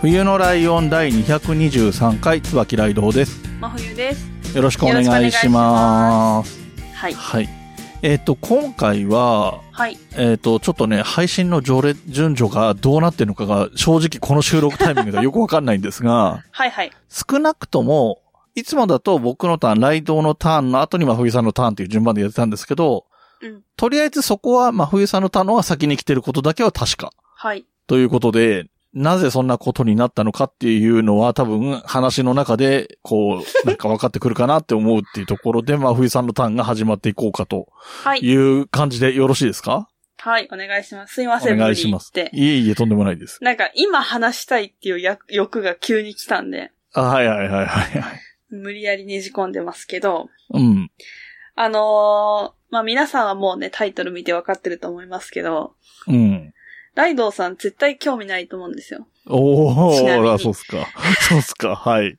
冬のライオン第223回、椿ライドウです。真冬です。よろしくお願いします。はい。はい。えっ、と、今回は、はい。えっ、と、ちょっとね、配信の序列順序がどうなってるのかが、正直この収録タイミン グではよくわかんないんですが、はいはい。少なくとも、いつもだと僕のターン、ライドウのターンの後に真冬さんのターンっていう順番でやってたんですけど、うんとりあえずそこは真冬さんのターンの方が先に来てることだけは確か。はい。ということで、なぜそんなことになったのかっていうのは多分話の中で、こう、なんか分かってくるかなって思うっていうところで、まあ、 冬さんのターンが始まっていこうかとはい。いう感じでよろしいですかはい。お願いします。すいまおせん。願いします。無理言って。いえいえ、とんでもないです。なんか今話したいっていうや欲が急に来たんで、あはいはいはいはいはい。無理やりねじ込んでますけど、うん。あのー、まあ、皆さんはもうね、タイトル見てわかってると思いますけど、うん。ライドウさん絶対興味ないと思うんですよ。おちなみー、にあそうっすか。 そうっすか、はい。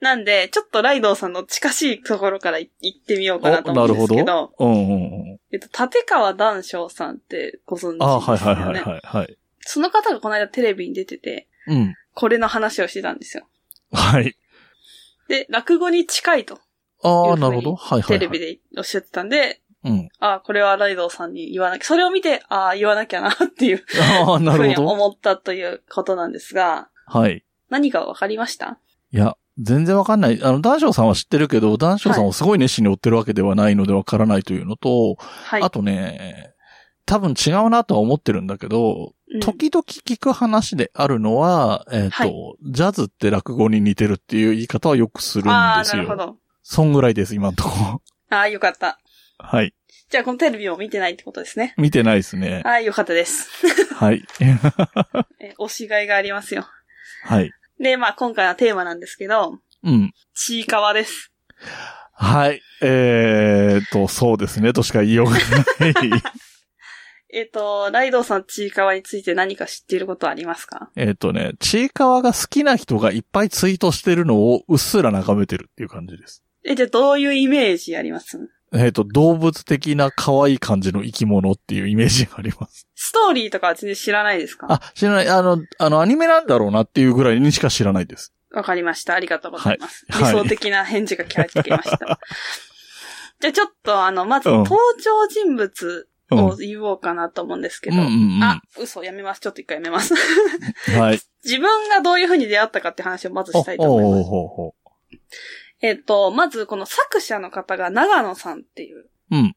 なんで、ちょっとライドウさんの近しいところからい行ってみようかなと思うんですけおなるど、うんうんうん。えっと、立川談笑さんってご存知ですよね。あはいはいはいはいはい。その方がこの間テレビに出てて、うん。これの話をしてたんですよ。はい。で、落語に近いと、あいうふうあ、になるほど。はいはい、はテい。レビでおっしゃってたんで、うん。ああ、これはライドウさんに言わなきゃ、それを見て、ああ、言わなきゃなっていうああ、なふうるにほど。思ったということなんですが、はい。何がわかりましたいや、全然わかんない。あの、男性さんは知ってるけど、男性さんをすごい熱心に追ってるわけではないのでわからないというのと、はい。あとね、多分違うなとは思ってるんだけど、うん時々聞く話であるのは、えっ、と、はいジャズって落語に似てるっていう言い方はよくするんああ、ですなるほよ。ど。そんぐらいです、今んとこ。ああ、よかった。 はい。じゃあ、このテレビを見てないってことですね。見てないで すね。はい、よかったです。はい。え、推しがいがありますよ。はい。で、まあ、今回のテーマなんですけど、うん。ちいかわです。はい。えー、と、そうですね、としか言いようがない。えっ、と、ライドウさんちいかわについて何か知っていることありますかえっ、とね、ちいかわが好きな人がいっぱいツイートしてるのをうっすら眺めてるっていう感じです。え、じゃあどういうイメージありますえっ、と、動物的な可愛い感じの生き物っていうイメージがあります。ストーリーとかは全然知らないですか あ、知らない。あの、あの、アニメなんだろうなっていうぐらいにしか知らないです。わかりました。ありがとうございます。はいはい理想的な返事が返ってきま した。じゃあちょっと、あの、まずうん登場人物うん。を言おうかなと思うんですけうど。んうんうん。あ、嘘、やめます。ちょっと一回やめます。 はい。自分がどういう風に出会ったかって話をまずしたいとお思いおます。ほうほえっ、と、まずこの作者の方が長野さんっていうう。うん。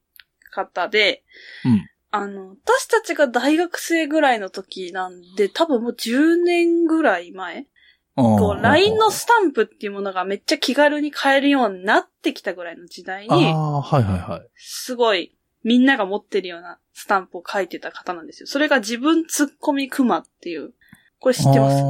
方で、うんあの、私たちが大学生ぐらいの時なんで、多分もう10年ぐらい前、こう、LINE のスタンプっていうものがめっちゃ気軽に買えるようになってきたぐらいの時代あーに、あー、はいはいはい。すごい、みんなが持ってるようなスタンプを書いてた方なんですよ。それが自分ツッコミクマっていう、これ知ってますあ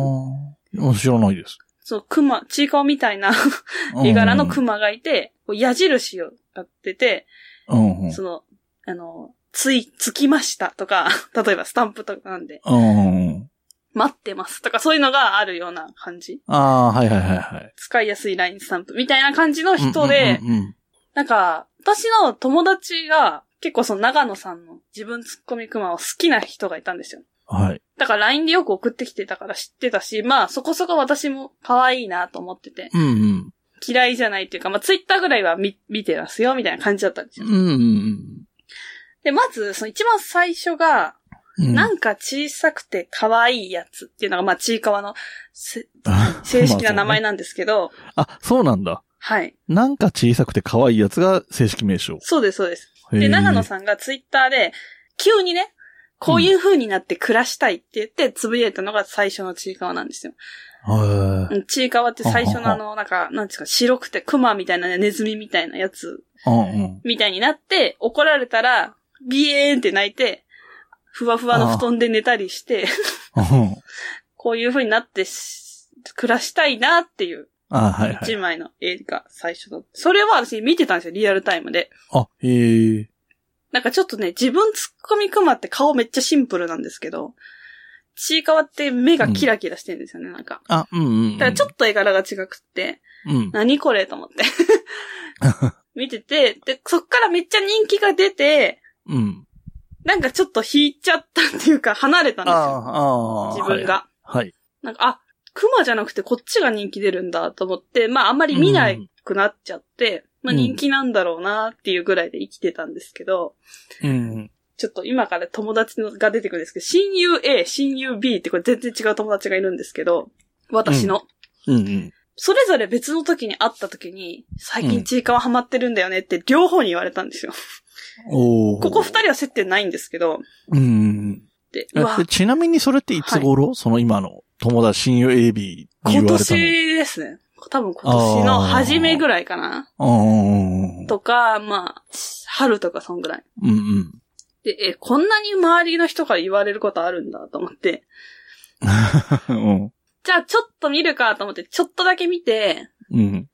ー知らないです。そう、クマ、ちいかわみたいな 絵柄のクマがいて、こう矢印をやってて、うんうん。その、あの、つい、つきましたとか、 例えばスタンプとかなんで、うんうんうん。待ってますとか、そういうのがあるような感じ。ああ、はいはいはいはい。使いやすいラインスタンプみたいな感じの人で、うんうんうんなんか、私の友達が、結構その長野さんの自分ツッコミクマを好きな人がいたんですよ。うん。はい。だから LINE でよく送ってきてたから知ってたし、まあそこそこ私も可愛いなと思ってて、うんうん。嫌いじゃないっていうか、まあ Twitter ぐらいは見、見てますよみたいな感じだったんですよ。うんうんで、まず、その一番最初が、うん。うなんか小さくて可愛いやつっていうのが、まあ、ちいかわの せあ正式な名前まなんですけど、あそうねあ、そうなんだ。はい。なんか小さくて可愛いやつが正式名称。そうです、そうです。へで、ー長野さんがツイッターで、急にね、こういう風になって暮らしたいって言って、つぶやいたのが最初のちいかわなんですよ。へうんちいかわって最初のあはの、なんか、なんですか、白くて熊みたいなねネズミみたいなやつ、ーうんうん。みたいになって、怒られたら、ビエーンって泣いて、ふわふわの布団で寝たりして、うんこういう風になってし暮らしたいなっていうあはいは一い。枚の絵が最初だった。それは私見てたんですよ、リアルタイムで。あ、へえ。なんかちょっとね、自分ツッコミクマって顔めっちゃシンプルなんですけど、ちいかわって目がキラキラしてるんですよね、なんか。あ、うんうん、うん。だからちょっと絵柄が違くって、うん。 何これと思って。 見てて、で、そっからめっちゃ人気が出て、うん。なんかちょっと引いちゃったっていうか、離れたんであすよ。あ、ああ。自分が。はい。なんか、あ、クマじゃなくてこっちが人気出るんだと思って、まああんまり見なくなっちゃって、まあうん人気なんだろうなっていうぐらいで生きてたんですけど、はい。うん。ちょっと今から友達のが出てくるんですけど、親友 A、親友 B ってこれ全然違う友達がいるんですけど、私の。うんうん。それぞれ別の時に会った時に、最う近んちいかわハマってるんだよねって両方に言われたんですよ。おお。ここ二人は接点ないんですけど、うんうん。で、うえわで、ちなみにそれっていつ頃、その今の友達親友 AB に言今われたの年ですね。多分今年の初めぐらいかなうんうんとか、まあ、春とかそんぐらい。うん。うん うん。で、え、こんなに周りの人から言われることあるんだと思って、うん。じゃあちょっと見るかと思って、ちょっとだけ見て、うん。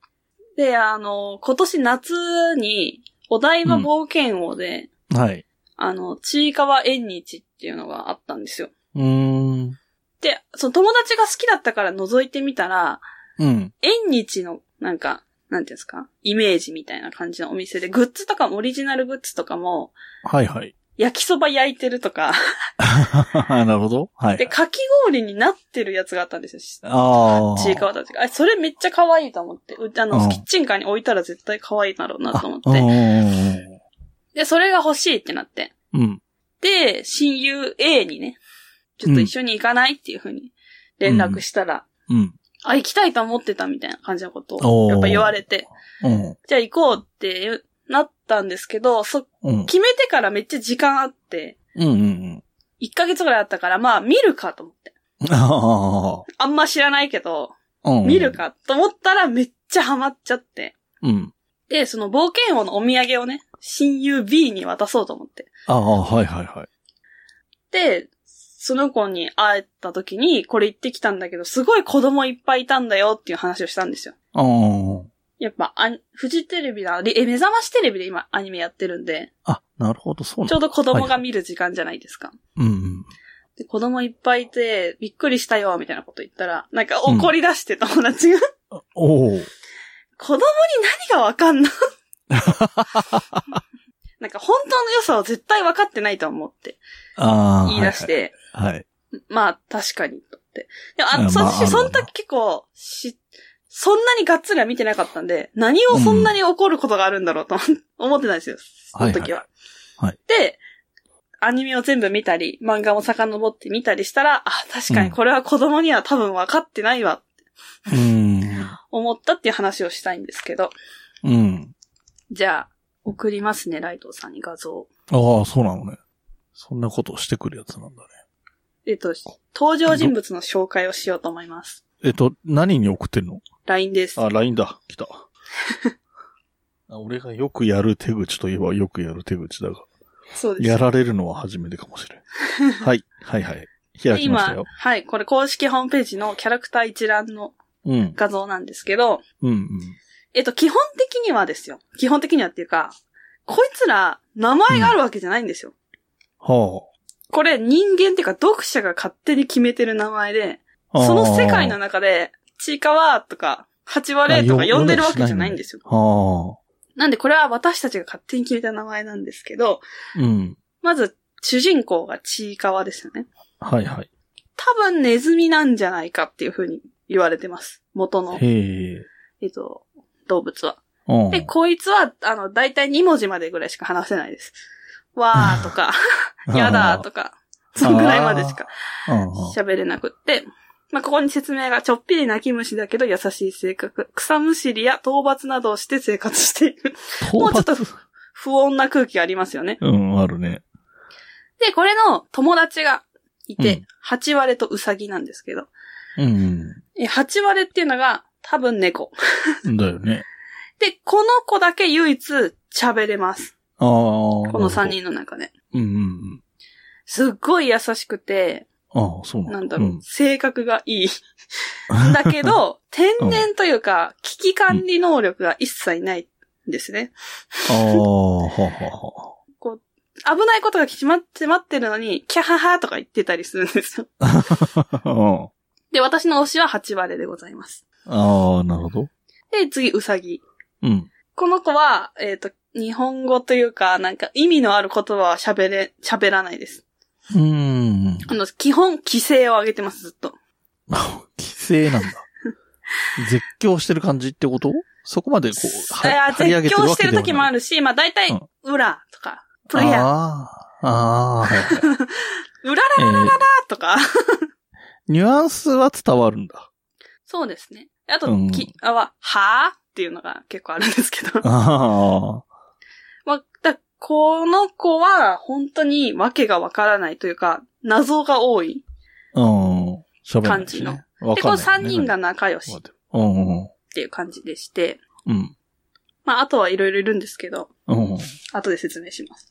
で、あの、今年夏に、お台場冒険王で、はい。あの、ちいかわ縁日っていうのがあったんですよ。うーん。で、その友達が好きだったから覗いてみたら、うん。縁日の、なんか、なんていうんですか、イメージみたいな感じのお店で、グッズとかもオリジナルグッズとかも、はいはい。 焼きそば焼いてるとか、なるほど。はい。で、かき氷になってるやつがあったんですよ。ああ。ちいかわたちが。あ、それめっちゃ可愛いと思って。うあうの、んキッチンカーに置いたら絶対可愛いだろうなと思っあうんて。うんで、それが欲しいってなって。うん。うん。で、親友 A にね、ちょっと一緒に行かないっていう風に連絡したら、うん。あ、行きたいと思ってたみたいな感じのことおを、ーやっぱ言われて、うん。じゃあ行こうってなったんですけど、そ、うん。決めてからめっちゃ時間あって、うん。うん。 1ヶ月ぐらいあったから、まあ見るかと思って。ああんま知らないけど、あ。うん。見る。かと思ったらめっちゃハマっちゃって。うん。で、その冒険王のお土産をね、親友 B に渡そうと思って。ああ、はいはいはい。で、その子に会えた時に、これ行ってきたんだけど、すごい子供いっぱいいたんだよっていう話をしたんですよ。あやっぱ、あんフジテレビだ、でえ、目覚ましテレビで今アニメやってるんで、あ。あ、なるほど、そうちょなうんど子供が見る時間じゃないですか。うんうん。で子供いっぱいいて、びっくりしたよ、みたいなこと言ったら、なんかうん怒り出して友達が、 おお。子供に何がわか んのなんか本当の良さを絶対分かってないと思ってああ。言い出し。て、はいはい。まあ、確かに、とって。でも、うんあ、そまあ私あるその時結構、し、そんなにがっつりは見てなかったんで、何をそんなに怒ることがあるんだろうと 思ってたんですよ、その時は。はいはいで、アニメを全部見たり、漫画も遡って見たりしたら、あ、確かにこれは子供には多分分かってないわ、うん。思ったっていう話をしたいんですけど、うん。じゃあ、送りますね、ライトさんに画像。ああ、そうなのね。そんなことをしてくるやつなんだね。えっと、登場人物の紹介をしようと思います。えっと、何に送ってんの LINE です。あ、LINE だ。来た。あ俺がよくやる手口といえばよくやる手口だが、そうです。やられるのは初めてかもし れん。はい、はいはい。開きました今よ、。はい、これ公式ホームページのキャラクター一覧のうん、画像なんですけど、うん、うん。えっと、基本的にはですよ。基本的にはっていうか、こいつら、名前があるわけじゃないんですよ。はこれ、人間っていうか、読者が勝手に決めてる名前で、あ。あーその世界の。中で、ちいかわとか、八割れとかあよ呼んでるわけじゃないんですよ。はなんで、これは私たちが勝手に決めた名前なんですけど、あ。うん。まず、主人公がちいかわですよね。はいはい。多分、ネズミなんじゃないかっていう風に言われてます。元のへえ。えっと、動物は。うん。で、こいつは、あの、だいたい2文字までぐらいしか話せない です。わーとか、やだーとか、そのぐらいまでしかうん。うん喋れなくって。まあ、ここに説明が、ちょっぴり泣き虫だけど優しい性格。草むしりや討伐などをして生活している。 もうちょっと不不穏な空気がありますよね。うん、あるね。で、これの友達がいうてん、八割とウサギなんですけど。うんえ八割っていうのが多分猫。うん。だよね。で、この子だけ唯一喋れます。ああ。この三人の中で。なるほど。うん、うんうん。すっごい優しくて、ああ、そうなんなだ。んだろう、 うん性格がいい。だけど、天然というか、危機管理能力が一切ないんですね。ああ、ははは危ないことが迫って待ってるのに、キャハハとか言ってたりするんですよ。 うんで、私の推しは8バレでございます。ああ、なるほど。で、次、ウサギ。うん。この子は、えっ、と、日本語というか、なんか意味のある言葉は喋れ、喋らないです。うーん。あの、基本、規制を上げてます、ずっと。 規制なんだ。絶叫してる感じってことそこまでこう、いやは、絶張り上げて叫るわしてけるではない。時もあるし、まあ大体うん、裏とか、プレイヤー、ああ、ああ、はいはい裏らえーとか、ニュアンスは伝わる んだ。そうですね。あと、うんき、あは、はぁっていうのが結構あるんですけど。あまあ、だこの子は、本当に訳がわからないというか、謎が多い。あ、うん。喋らないしね。わで、このかんないよ3ね人が。仲良しわっかんないうんうん。ていう感じでして、うん。まあ、あとはいろいろいるんですけど、うん。後で説明します。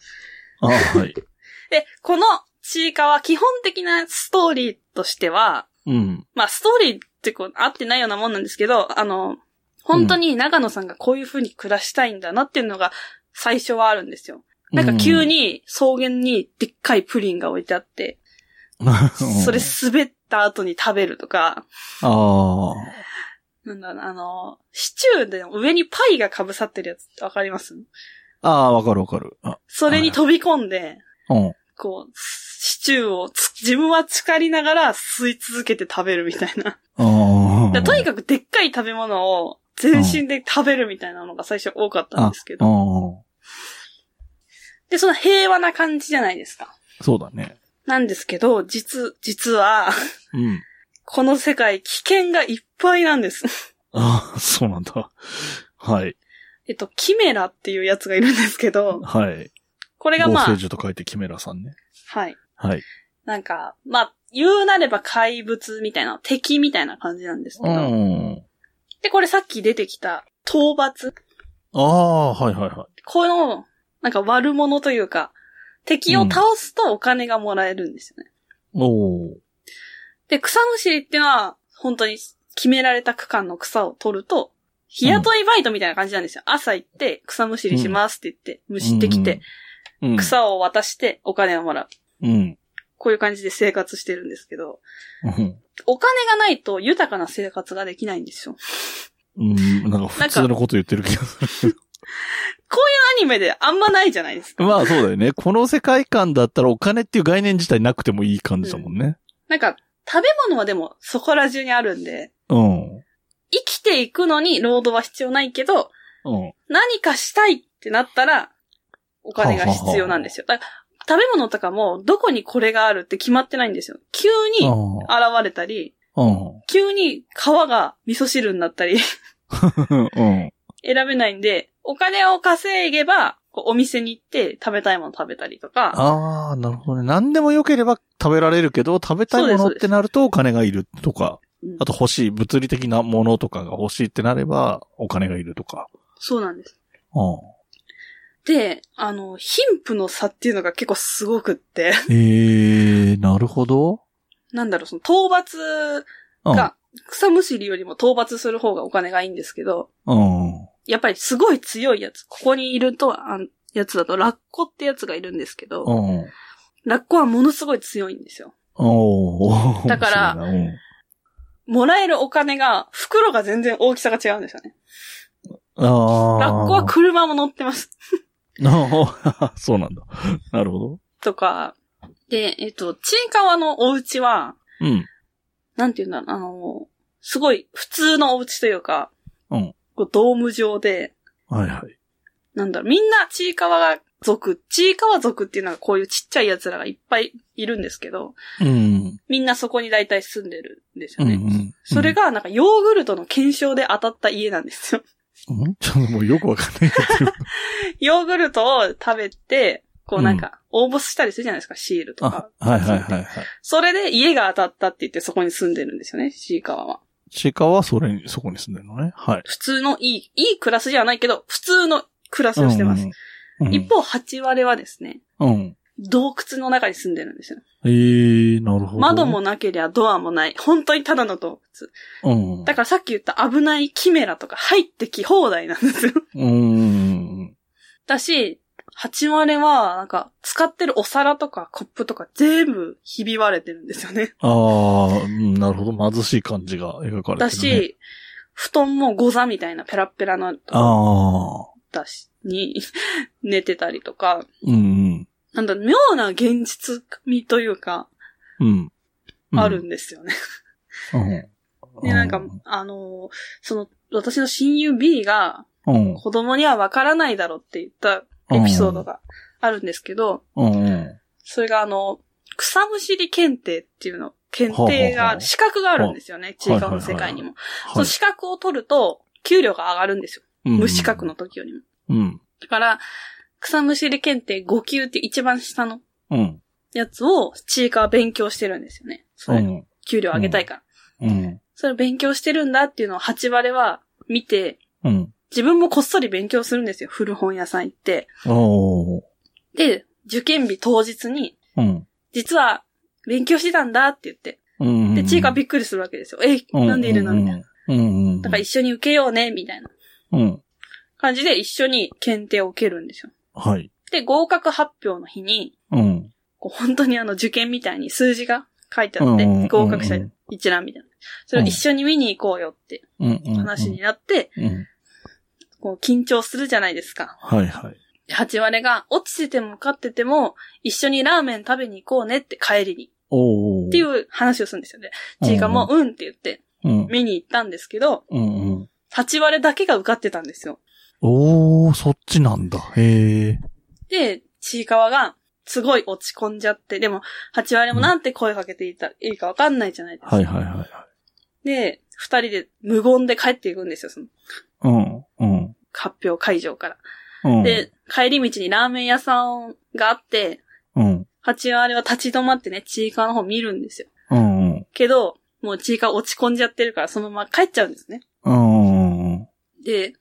あはい。で、このチーカは基本的なストーリーとしては、うん。まあ、ストーリーってこう、合ってないようなもんなんですけど、あの、本当に長野さんがこういう風に暮らしたいんだなっていうのが最初はあるんですよ。なんか急に草原にでっかいプリンが置いてあって、うん、それ滑った後に食べるとか、ああ。なんだろうなあの、シチューで上にパイが被さってるやつってわかりますああ、わかるわかる。あそれに飛び込んで、うん。こう、シチューをつ自分は叱りながら吸い続けて食べるみたいな。あだあ。とにかかくでっかい食べ物を全身で食べるみたいなのが最初多かったんですけうど。んうん。で、その平和な感じじゃないですか。そうだね。なんですけど、実、実は、うん。この世界危険がいっぱいなんです。ああ、そうなんだ。はい。えっと、キメラっていうやつがいるんですけど、はい。これが合ま成あ、樹と書いてキメラさんね。はい。はい。なんか、まあ、言うなれば怪物みたいな、敵みたいな感じなんですけうど。ん。で、これさっき出てきた、討伐。ああ、はいはいはい。この、なんか悪者というか、敵を倒すとお金がもらえるんですよね。おー。で、草むしりってのは、本当に決められた区間の草を取ると、日雇いバイトみたいな感じなんですよ。朝行って、草むしりしますって言って、虫ってきて、うん。うん。草を渡してお金をもらう。うん。こういう感じで生活してるんですけど、うん。お金がないと豊かな生活ができないんですよ。うん。なんか普通のこと言ってる気がする。アニメであんまないじゃないですか。まあそうだよね。この世界観だったらお金っていう概念自体なくてもいい感じだもんね。なんか、食べ物はでもそこら中にあるんで、うん。生きていくのに労働は必要ないけど、うん。何かしたいってなったら、お金が必要なんですよ。だから食べ物とかも、どこにこれがあるって決まってないんですよ。急に現うん。れたり、うん。急に皮が味噌汁になったり うん。選べないんで、お金を稼げば、こうお店に行って食べたいもの食べたりとか、ああ、なるほどね。何でも良ければ食べられるけど、食べたいものってなるとお金がいるとか、うんあと欲しい、物理的なものとかが欲しいってなればお金がいるとか。そうなんです。うん。で、あの、貧富の差っていうのが結構すごくって、 ええー、なるほど。なんだろう、その、討伐うん。が、草むしりよりも討伐する方がお金がいいんですけど、うん。やっぱりすごい強いやつ。ここにいると、あんやつだと、ラッコってやつがいるんですけうど、ん。ラッコはものすごい強いんですよ。おーだから面白いなもらえるお金が、袋が全然大きさが違うんですよね。うん、ああ。ラッコは車も乗ってます。あー そうなんだ。なるほど。とか、で、えっと、ちいかわのお家は、うん。なんていうんだろう、あの、すごい普通のお家というか、うんこうドーム状で、はいはい。なんだろう、みんなちいかわが族、ちいかわ族っていうのがこういうちっちゃい奴らがいっぱいいるんですけど、うん。みんなそこに大体住んでるんですうよんうね。ん。それが、なんか、ヨーグルトの検証で当たった家なんですよ。 うん、んちょっともうよくわかんないけ ど。ヨーグルトを食べて、こうなんか、応募したりするじゃないですか、シールとあか。、はいはいはいはい。それで家が当たったって言ってそこに住んでるんですよね、シーカワは。チカはそれに、そこに住んでるのね。はい。普通のいい、いいクラスじゃないけど、普通のクラスをしてます。うんうんうん。一方、8割はですね、うん。洞窟の中に住んでるんですよ。えー、なるほど。窓も、なけりゃドアもない。本当にただの洞窟。うん。だからさっき言った危ないキメラとか入ってき放題なんですよ。 うん。だし、ハチマレは、なんか、使ってるお皿とかコップとか全部ひび割れてるんですよね。ああ、うんなるほど。貧しい感じが描かれてる、ね。だ、し、布団もゴザみたいなペラッペラなとこああ、だし、に 寝てたりとか、うんなんだ、妙な現実味というか、うん。うん。うんある。んですよね。うん。で、なんかう、あのーその、私の親友 B が、うん。子供にはわからないだろうって言ったエピソードがあるんですけど、うん。うん。それがあの、草むしり検定っていうの、検定はあはあはが、あ資格があるんですよね、は地い域の世界にも。そはの資格を取ると、給料が上がるんですよ。い。無資格の時よりも。うん。だから、草むしり検定5級って一番下のうん。やつを、チーカーは勉強してるんですよね。そうれ、ん。給料上げたいから。うん。それを勉強してるんだっていうのを、八割れは見て、うん。自分もこっそり勉強するんですよ。古本屋さん行って。おー。で、受験日当日に、うん。実は、勉強してたんだって言って。うん。で、チーカーびっくりするわけですよ。え、なんでいるのみたいな。な。うん。うん。だから一緒に受けようね、みたいなうん。感じで一緒に検定を受けるんですよ。はい。で、合格発表の日に、うん。こう本当にあの受験みたいに数字が書いてあって、うん合格者うんうん一覧みたいな。それを一緒に見に行こうよってうん。うん。話に。なって、うん。こう緊張するじゃないですか。はいはい。で、8割が落ちてても受かってても、一緒にラーメン食べに行こうねって帰りに。おー。。っていうう話をするんですよね。チーカーもうんって言ってうん。見に行ったんですけど、うん。うん。 8割だけが受かってたんですよ。おー、そっちなんだ。へえ。で、ちいかわが、すごい落ち込んじゃって、でも、8割もなんて声かけていた、いいかわかんないじゃないですか。はいはいはい。で、二人で無言で帰っていくんですよ、そのうん。うん。発表会場から。うん。で、帰り道にラーメン屋さんがあって、うん。 8割は立ち止まってね、ちいかわの方見るんですよ。うん。うん。けど、もうちいかわ落ち込んじゃってるから、そのまま帰っちゃうんですね。うん。うん。で、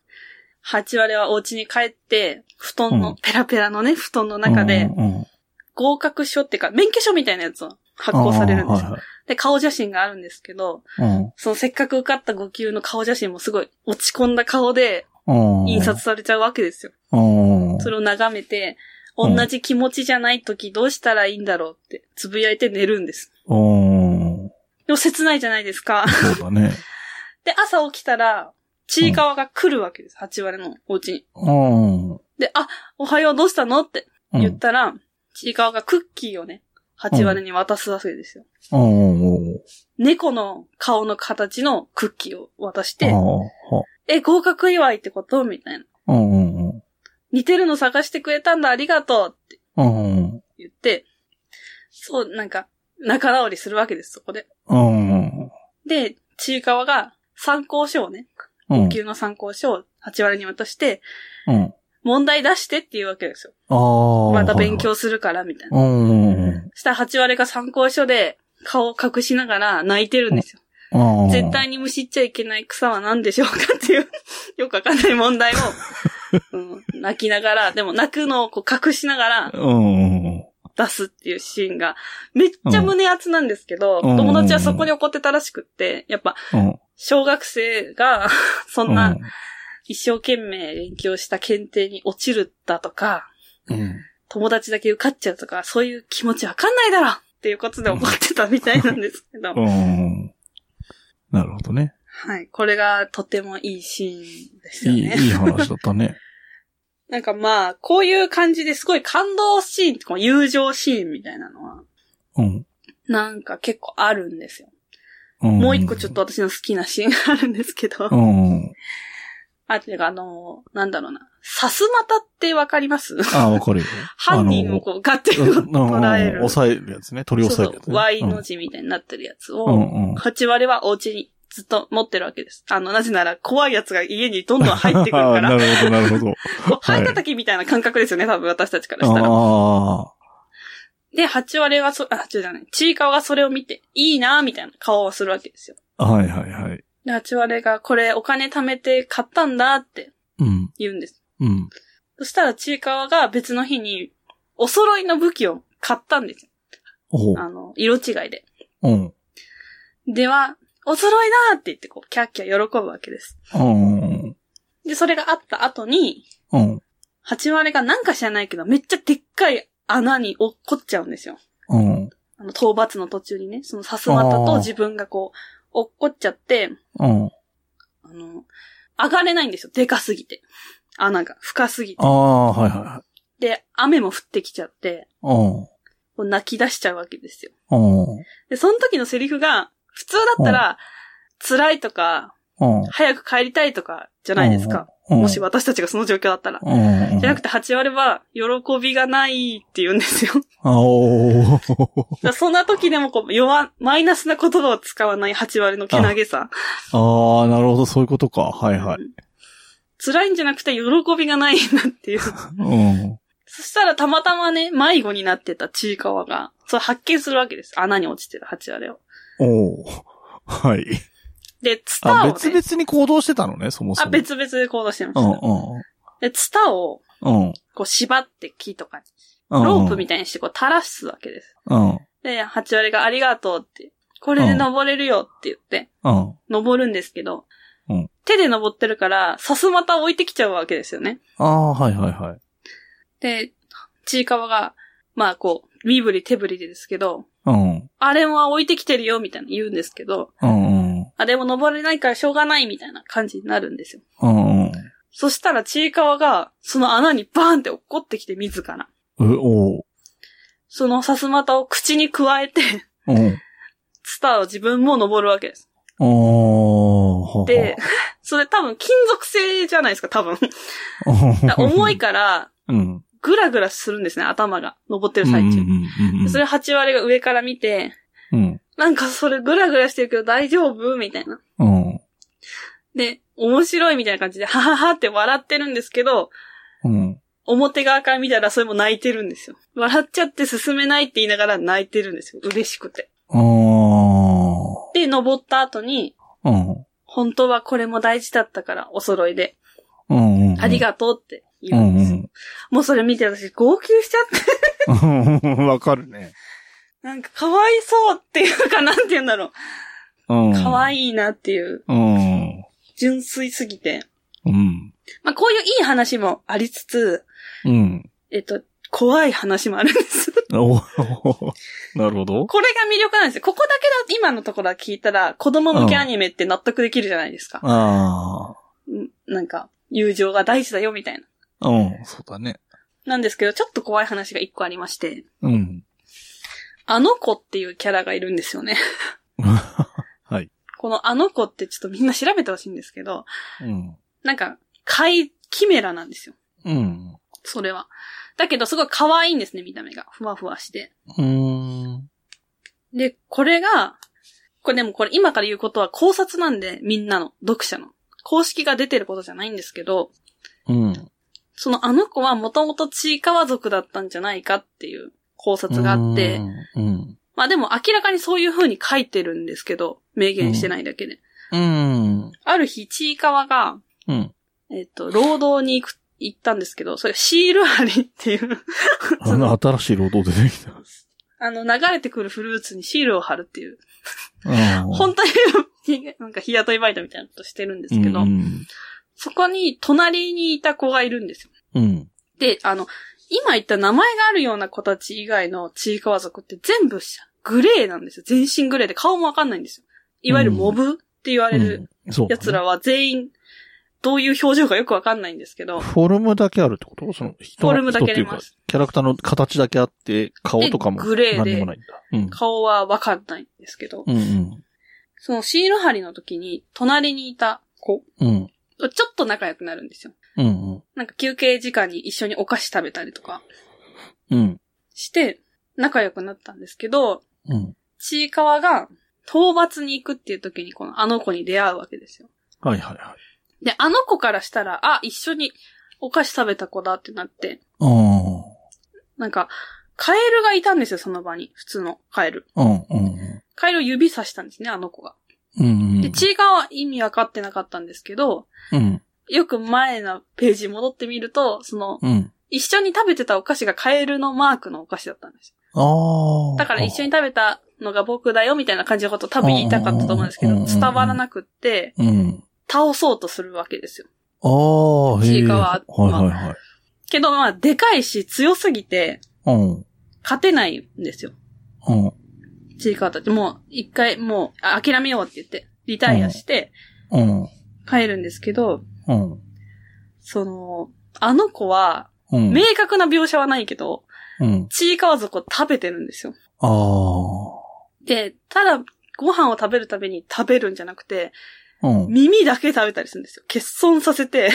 8割はお家に帰って、布団の、うんペラペラのね、布団の中で、うん。合格書っていうか、免許証みたいなやつを発行されるんですよ。はいで、顔写真があるんですけど、はい。そのせっかく受かった5級の顔写真もすごい落ち込んだ顔でうん。うん。印刷されちゃうわけですよ。うん。それれを眺めて、うん同じ気持ちじゃない時どうしたらいいんだろうってつぶやいて寝るんです。うん。でも切ないじゃないですか。そうだね。で、朝起きたら、ちいかわが来るわけです。8割のお家に。うん。で、あ、おはようどうしたのってうん。言ったら、ちいかわがクッキーをね、8割に渡すわけですよ。うん。猫の顔の形のクッキーを渡してあ、あえ、合格祝いってことみたいな。うんうんうん。似てるの探してくれたんだ、ありがとうってうん言って、そう、なんか、仲直りするわけです、そこで。うん。で、ちいかわが参考書をね、うん。級の参考書を8割に渡して、うん。問題出してっていうわけですよ。ああ。また勉。強するから、みたいな。うんうんしたら8割が参考書で顔を隠しながら泣いてるんですよ。うん。絶対にむしっちゃいけない草は何でしょうかっていう、 よくわかんない問題を、うん、泣きながら、でも泣くのをこう隠しながら、うんうん。出すっていうシーンが、めっちゃ胸熱なんですけど、うん友達はそこに怒ってたらしくって、やっぱ、うん。小学生が、 そんな、一生懸命勉強した検定に落ちるだとか、うん。友達だけ受かっちゃうとか、そういう気持ちわかんないだろっていうことで怒ってたみたいなんですけど、うん。なるほどね。はい。これがとてもいいシーンですいよね。い、いい話だったね。なんかまあ、こういう感じですごい感動シーン、こう友情シーンみたいなのは、うん。なんか結構あるんですよ。ももう一個ちょっ。と私の好きなシーンがあるんですけどう。ん。あ、てかあの、なんだろうな。さすまたってわかりますああ、わかるよ。犯人をこうガッて 捉える。抑えるやつね。取り押さえるやつそうそうね。 Y の字みたいになってるやつうを、んうん。 8割はお家にずっと持ってるわけです。あの、なぜなら怖いやつが家にどんどん入ってくる かなら、るほど、なるほど。こう 灰叩きみたいな感覚ですよね、多分私たちからしたら。あで、8割はそ、あ、違うじゃない、ちいかわがそれを見て、いいなみたいな顔をするわけですよ。あ。はいはいはい。で、8割がこれお金貯めて買ったんだってうん。言うんです。うん。そしたらちいかわが別の日に、お揃いの武器を買ったんですよ。おうあの、色違いで。うん。では、お揃いだーって言って、こう、キャッキャ喜ぶわけです。うん。で、それがあった後に、うん。ハチワレがなんか知らないけど、めっちゃでっかい穴に落っこっちゃうんですよ。うん。あの、討伐の途中にね、そのさすまたと自分がこう、落っこっちゃって、うん。あの、上がれないんですよ。でかすぎて。穴が深すぎてあ。あ、はいはで、雨も降ってきちゃって、いはい。こう泣き出しちゃうわけですよ。うん。うん。で、その時のセリフが、普通だったら、辛いとか、うん。早く帰りたいとか、じゃないですか。もしは。私たちがその状況だったら。うん。じゃなくて、8割は、喜びがないって言うんですよ。だかあおーらそんな時でも、こう、弱、マイナスな言葉を使わない8割のけなげさ。ああ、なるほど、そういうことか。はいはい。うん辛いんじゃなくて、喜びがないんだって いう。うん。そしたら、たまたまね、迷子になってたちいかわが、それ発見するわけです。穴に落ちてる8割を。おーはい。で、ツタを、あ、ね。別々に行動してたのね、そもそも。あ、別々で行動してまうん、しうた。で、ツタを、ん。うん。こう縛って木とかに、うんロープみたいにしてこう垂らすわけです。うん。で、8割がありがとうって、これで登れるよって言って、うん。登るんですけど、うん手で登ってるから、さすまた置いてきちゃうわけですよね。ああ、はいはいはい。で、ちいかわが、まあこう、身振り手振りでですけど、うん。あれは置いてきてるよみたいな言うんですけど、うんうん。あれも登れないからしょうがないみたいな感じになるんですよ。うんうん。そしたらちいかわが、その穴にバーンって落っこってきて自ら。え、おうそのさすまたを口に加えて、うん。ツタを自分も登るわけです。ああ、 で、それ多分金属製じゃないですか、多分。だから重い。から、うん。ぐらぐらするんですね、頭が。登ってるうん最中。うんそれ8割が上から見て、うん。なんかそれぐらぐらしてるけど大丈夫みたいな。うん。で、面白いみたいな感じで、はははって笑ってるんですけど、うん。表側から見たらそれも泣いてるんですよ。笑っちゃって進めないって言いながら泣いてるんですよ。嬉しくて。ああ。で、登った後に、うん。本当はこれも大事だったから、お揃いで。うん。ありががとうって言ううんんですよ。もうそれ見て私号泣しちゃって、うん。わかるね。なんかかわいそうっていうか、なんて言うんだろうん。う。かわい。いいなっていう、うん。純粋すぎて。うん。まあこういういい話もありつつ、うん。えっと、怖い話もあるんです。 お なるほど。これが魅力なんですよ。ここだけだ、今のところは聞いたら、子供向けアニメって納得できるじゃないですか。あうんなんか、友情が大事だよみたいな。あ。うん。そうだね。なんですけど、ちょっと怖い話が一個ありまして、うん。 あの子っていうキャラがいるんですよね。 はい。このあの子ってちょっとみんな調べてほしいんですけど、うん。なんか、怪、キメラなんですよ。うん。それは。だけど、すごい可愛いんですね、見た目が。ふわふわして。うん。で、これが、これでもこれ今から言うことは考察なんで、みんなの、読者の。公式が出てることじゃないんですけど、うん。そのあの子はもともとちいかわ族だったんじゃないかっていう考察があって、。うん。まあでも明らかにそういう風に書いてるんですけど、明言してないだけで。うん。ある日、ちいかわが、うん。えっ、と、労働に行く、行ったんですけど、それシール貼りっていう、 あの新しい労働出てきた。 あの、流れてくるフルーツにシールを貼るっていう、うん本当に 人間、なんか日雇いバイトみたいなことしてるんでうすけど、ん。そこに隣にいた子がいるんですよ。うん。で、あの、今言った名前があるような子たち以外のちいかわ族って全部グレーなんですよ。全身グレーで顔もわかんないんですよ。いわゆるモブって言われるそう。奴らは全員、どういう表情かよくわかんないんですけど、フォルムだけあるってことその人フォルムだけ人あっていりうかます、キャラクターの形だけあって、顔とかもでグレーで何にもないんだ。うん。顔はわかんないんですけど、うんそのシール貼りの時に隣にいた子うん。うん。とちょっと仲良くなるんですよ。うん。なんか休憩時間に一緒にお菓子食べたりとかうん。して仲良くなったんですけど、うん。ちいかわが討伐に行くっていう時にこのあの子に出会うわけですよ。はいはいはい。で、あの子からしたら、あ、一緒にお菓子食べた子だってなって、うん。なんか、カエルがいたんですよ、その場に。普通のカエル。うん。うん。カエルを指さしたんですね、あの子が。うん。で、ちいかわは意味わかってなかったんですけど、うん。よく前のページ戻ってみると、その、うん。一緒に食べてたお菓子がカエルのマークのお菓子だったんですよ。ああ。だから一緒に食べたのが僕だよみたいな感じのことを多分言いたかったと思うんですけうんうど、んうんうん伝わらなくって、うん。倒そうとするわけですよ。ああ、へちえ。いかはわいはいはい。けどまあ、でかいし強すぎて、うん。勝てないんですよ。うん。ちいかわたち。もう、一回、もう、あ諦めようって言って、リタイアしてうん。帰るんですけど、うん。その、あの子は、うん。明確な描写はないけど、うん。ちいかわ族を食べてるんですよ。ああ。で、ただ、ご飯を食べるために食べるんじゃなくて、うん。耳だけ食べたりするんですよ。欠損させて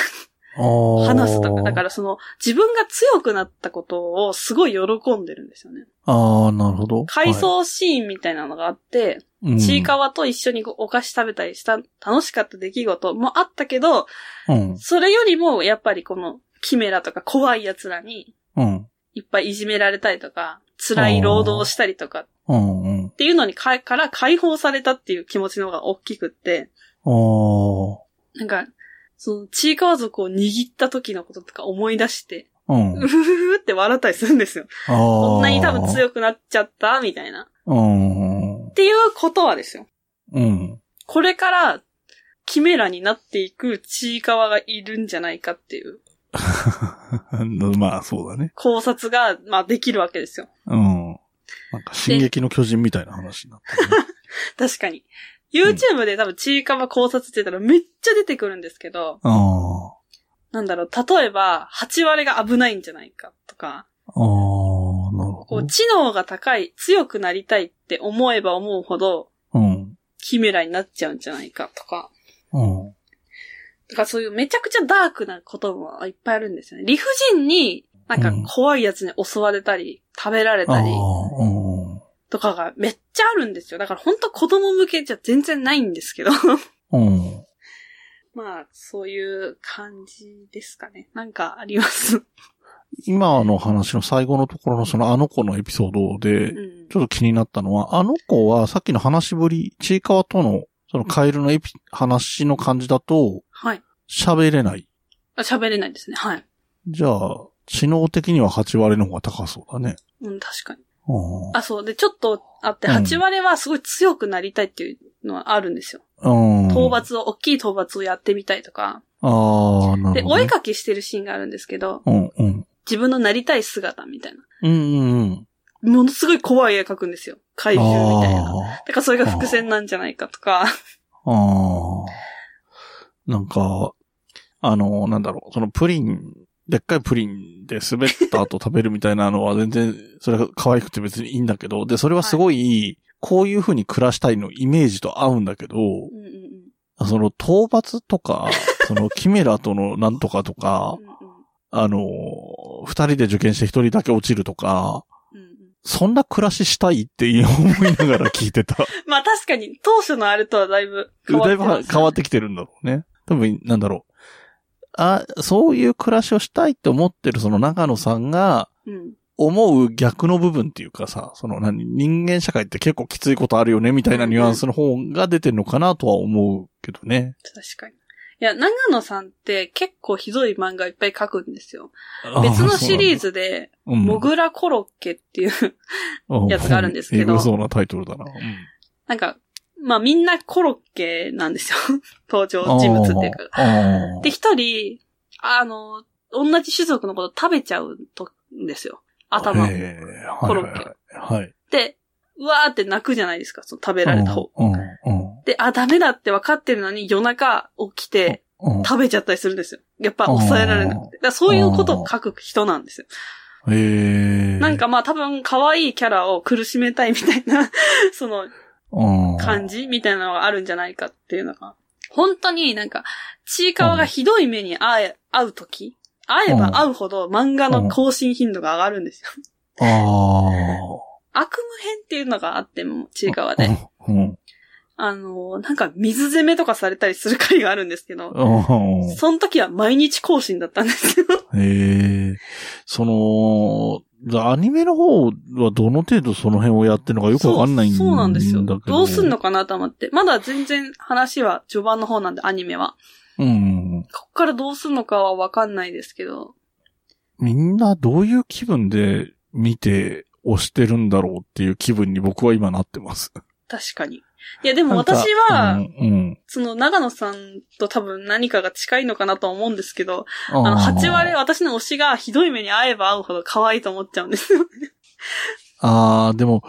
ああ。。話すとか。だかららその、自分が強くなったことをすごい喜んでるんですよね。ああ、なるほど。回想シーンみたいなのがあって、はい、ちいかわ。わと一緒にお菓子食べたりした楽しかった出来事もあったけど、うん。それよりもやっぱりこのキメラとか怖い奴らにうん。いっぱいいじめられたりとか、辛い労働をしたりとかっうん。うん。ていうのにかから解放されたっていう気持ちの方が大きくって、ああ。なんか、その、ちいかわ族を握った時のこととか思い出して、うん。うふふふって笑ったりするんですよ。ああ。こんなに多分い。強くなっちゃったみたいな。うん。っていうことはですよ。うん。これから、キメラになっていくちいかわがいるんじゃないかっていうまあ、そうだね。考察が、まあできるわけですよ。うん。なんか、進撃の巨人みたいな話になった ね。確かに。YouTube で多分ちいかわ考察って言ったらめっちゃ出てくるんですけど、あなんだろう、例えば、8割が危ないんじゃないかとか、あ。ああ、なるこほう、ど。知能が高い、強くなりたいって思えば思うほど、うん。キメラになっちゃうんじゃないかとか。うん。だからそういうめちゃくちゃダークなこともいっぱいあるんですよね。理不尽に、なんかうん怖いやつに襲われたり、食べられあたあり、うん。とかがめっちゃあるんですよ。だからほんと子供向けじゃ全然ないんですけど。 うん。まあ、そういう感じですかね。なんかあります。今の話の最後のところのそのあの子のエピソードでう、んち。ょっと気になったのは、あの子はさっきの話しぶり、ちいかわとのそのカエルのエピ、話の感じだとはい。喋れない。あ喋れないですね。はい。じゃあ、知能的には8割の方が高そうだね。うん、確かに。うんあ、そう。で、ちょっとあって、うん8割はすごい強くなりたいっていうのはあるんですよ。うん。討伐を、大きい討伐をやってみたいとか。ああ、なるで、ほど、お絵ね。かきしてるシーンがあるんですけど、うん、うん。自分のなりたい姿みたいな。うん、うん、うん。ものすごい怖い絵描くんですよ。怪獣みたいな。あだからそれが伏線なんじゃないかとか。あああ。なんか、あの、なんだろう、そのプリン、でっかいプリンで滑った後食べるみたいなのは全然、それが可愛くて別にいいんだけど、で、それはすごい、こういう風に暮らしたいのイメージと合うんだけど、うんうんうんその討伐 とか、そのキメラとのなんとかとかう、んうんあの、二人で受験して一人だけ落ちるとか、うんうんそんな暮らししたいって思いながら聞いてた。 まあ確かに、当初のあれとはだいぶ変わっだていぶはます変わってきてるんだろうね。多分、なんだろう。あ、そういう暮らしをしたいって思ってるその長野さんがうん。思う逆の部分っていうかさ、その何、人間社会って結構きついことあるよねみたいなニュアンスの方が出てるのかなとは思うけどね。確かに。いや、長野さんって結構ひどい漫画いっぱい描くんですよ。あ別のシリーズ、ズで、うんモグラコロッケっていう やつがあるんですけどうん英語そうなタイトルだな。なんか、まあみんなコロッケなんですよ。 登場人物っていうか。かで、一人、あの、同じ種族のこと食べちゃうと、んですよ。頭。へーはいコロッケはいはい。で、うわーって泣くじゃないですか、その食べられた方。うん、うんで、あ、ダメだって分かってるのに夜中起きてうん、うん。食べちゃったりするんですよ。やっぱ抑えられなくて。だからそういうことを書く人なんですよ。へーなん、かまあ多分可愛いキャラを苦しめたいみたいな、 そのうん感じみたいなのがあるんじゃないかっていうのが。本当になんか、ちいかわがひどい目に会え、会うとき、会えば会うほど漫画の更新頻度が上がるんですよ。 あ悪夢編っていうのがあっても、ちいかわあ。で。うん。あのー、なんか水攻めとかされたりする回があるんですけど、うん。その時は毎日更新だったんですよ。ええその、アニメの方はどの程度その辺をやってるのかよくわかんないんだけそど。うそうなんですよ。どうすんのかなと思って。まだ全然話は序盤の方なんで、アニメは。うん。こっからどうすんのかはわかんないですけど、みんなどういう気分で見て押してるんだろうっていう気分に僕は今なってます。確かに。いや、でもなんか私は、うん、うん。その長野さんと多分何かが近いのかなと思うんですけど、ああの、ー8割私の推しがひどい目に遭えば遭うほど可愛いと思っちゃうんですよ。ああ、でも、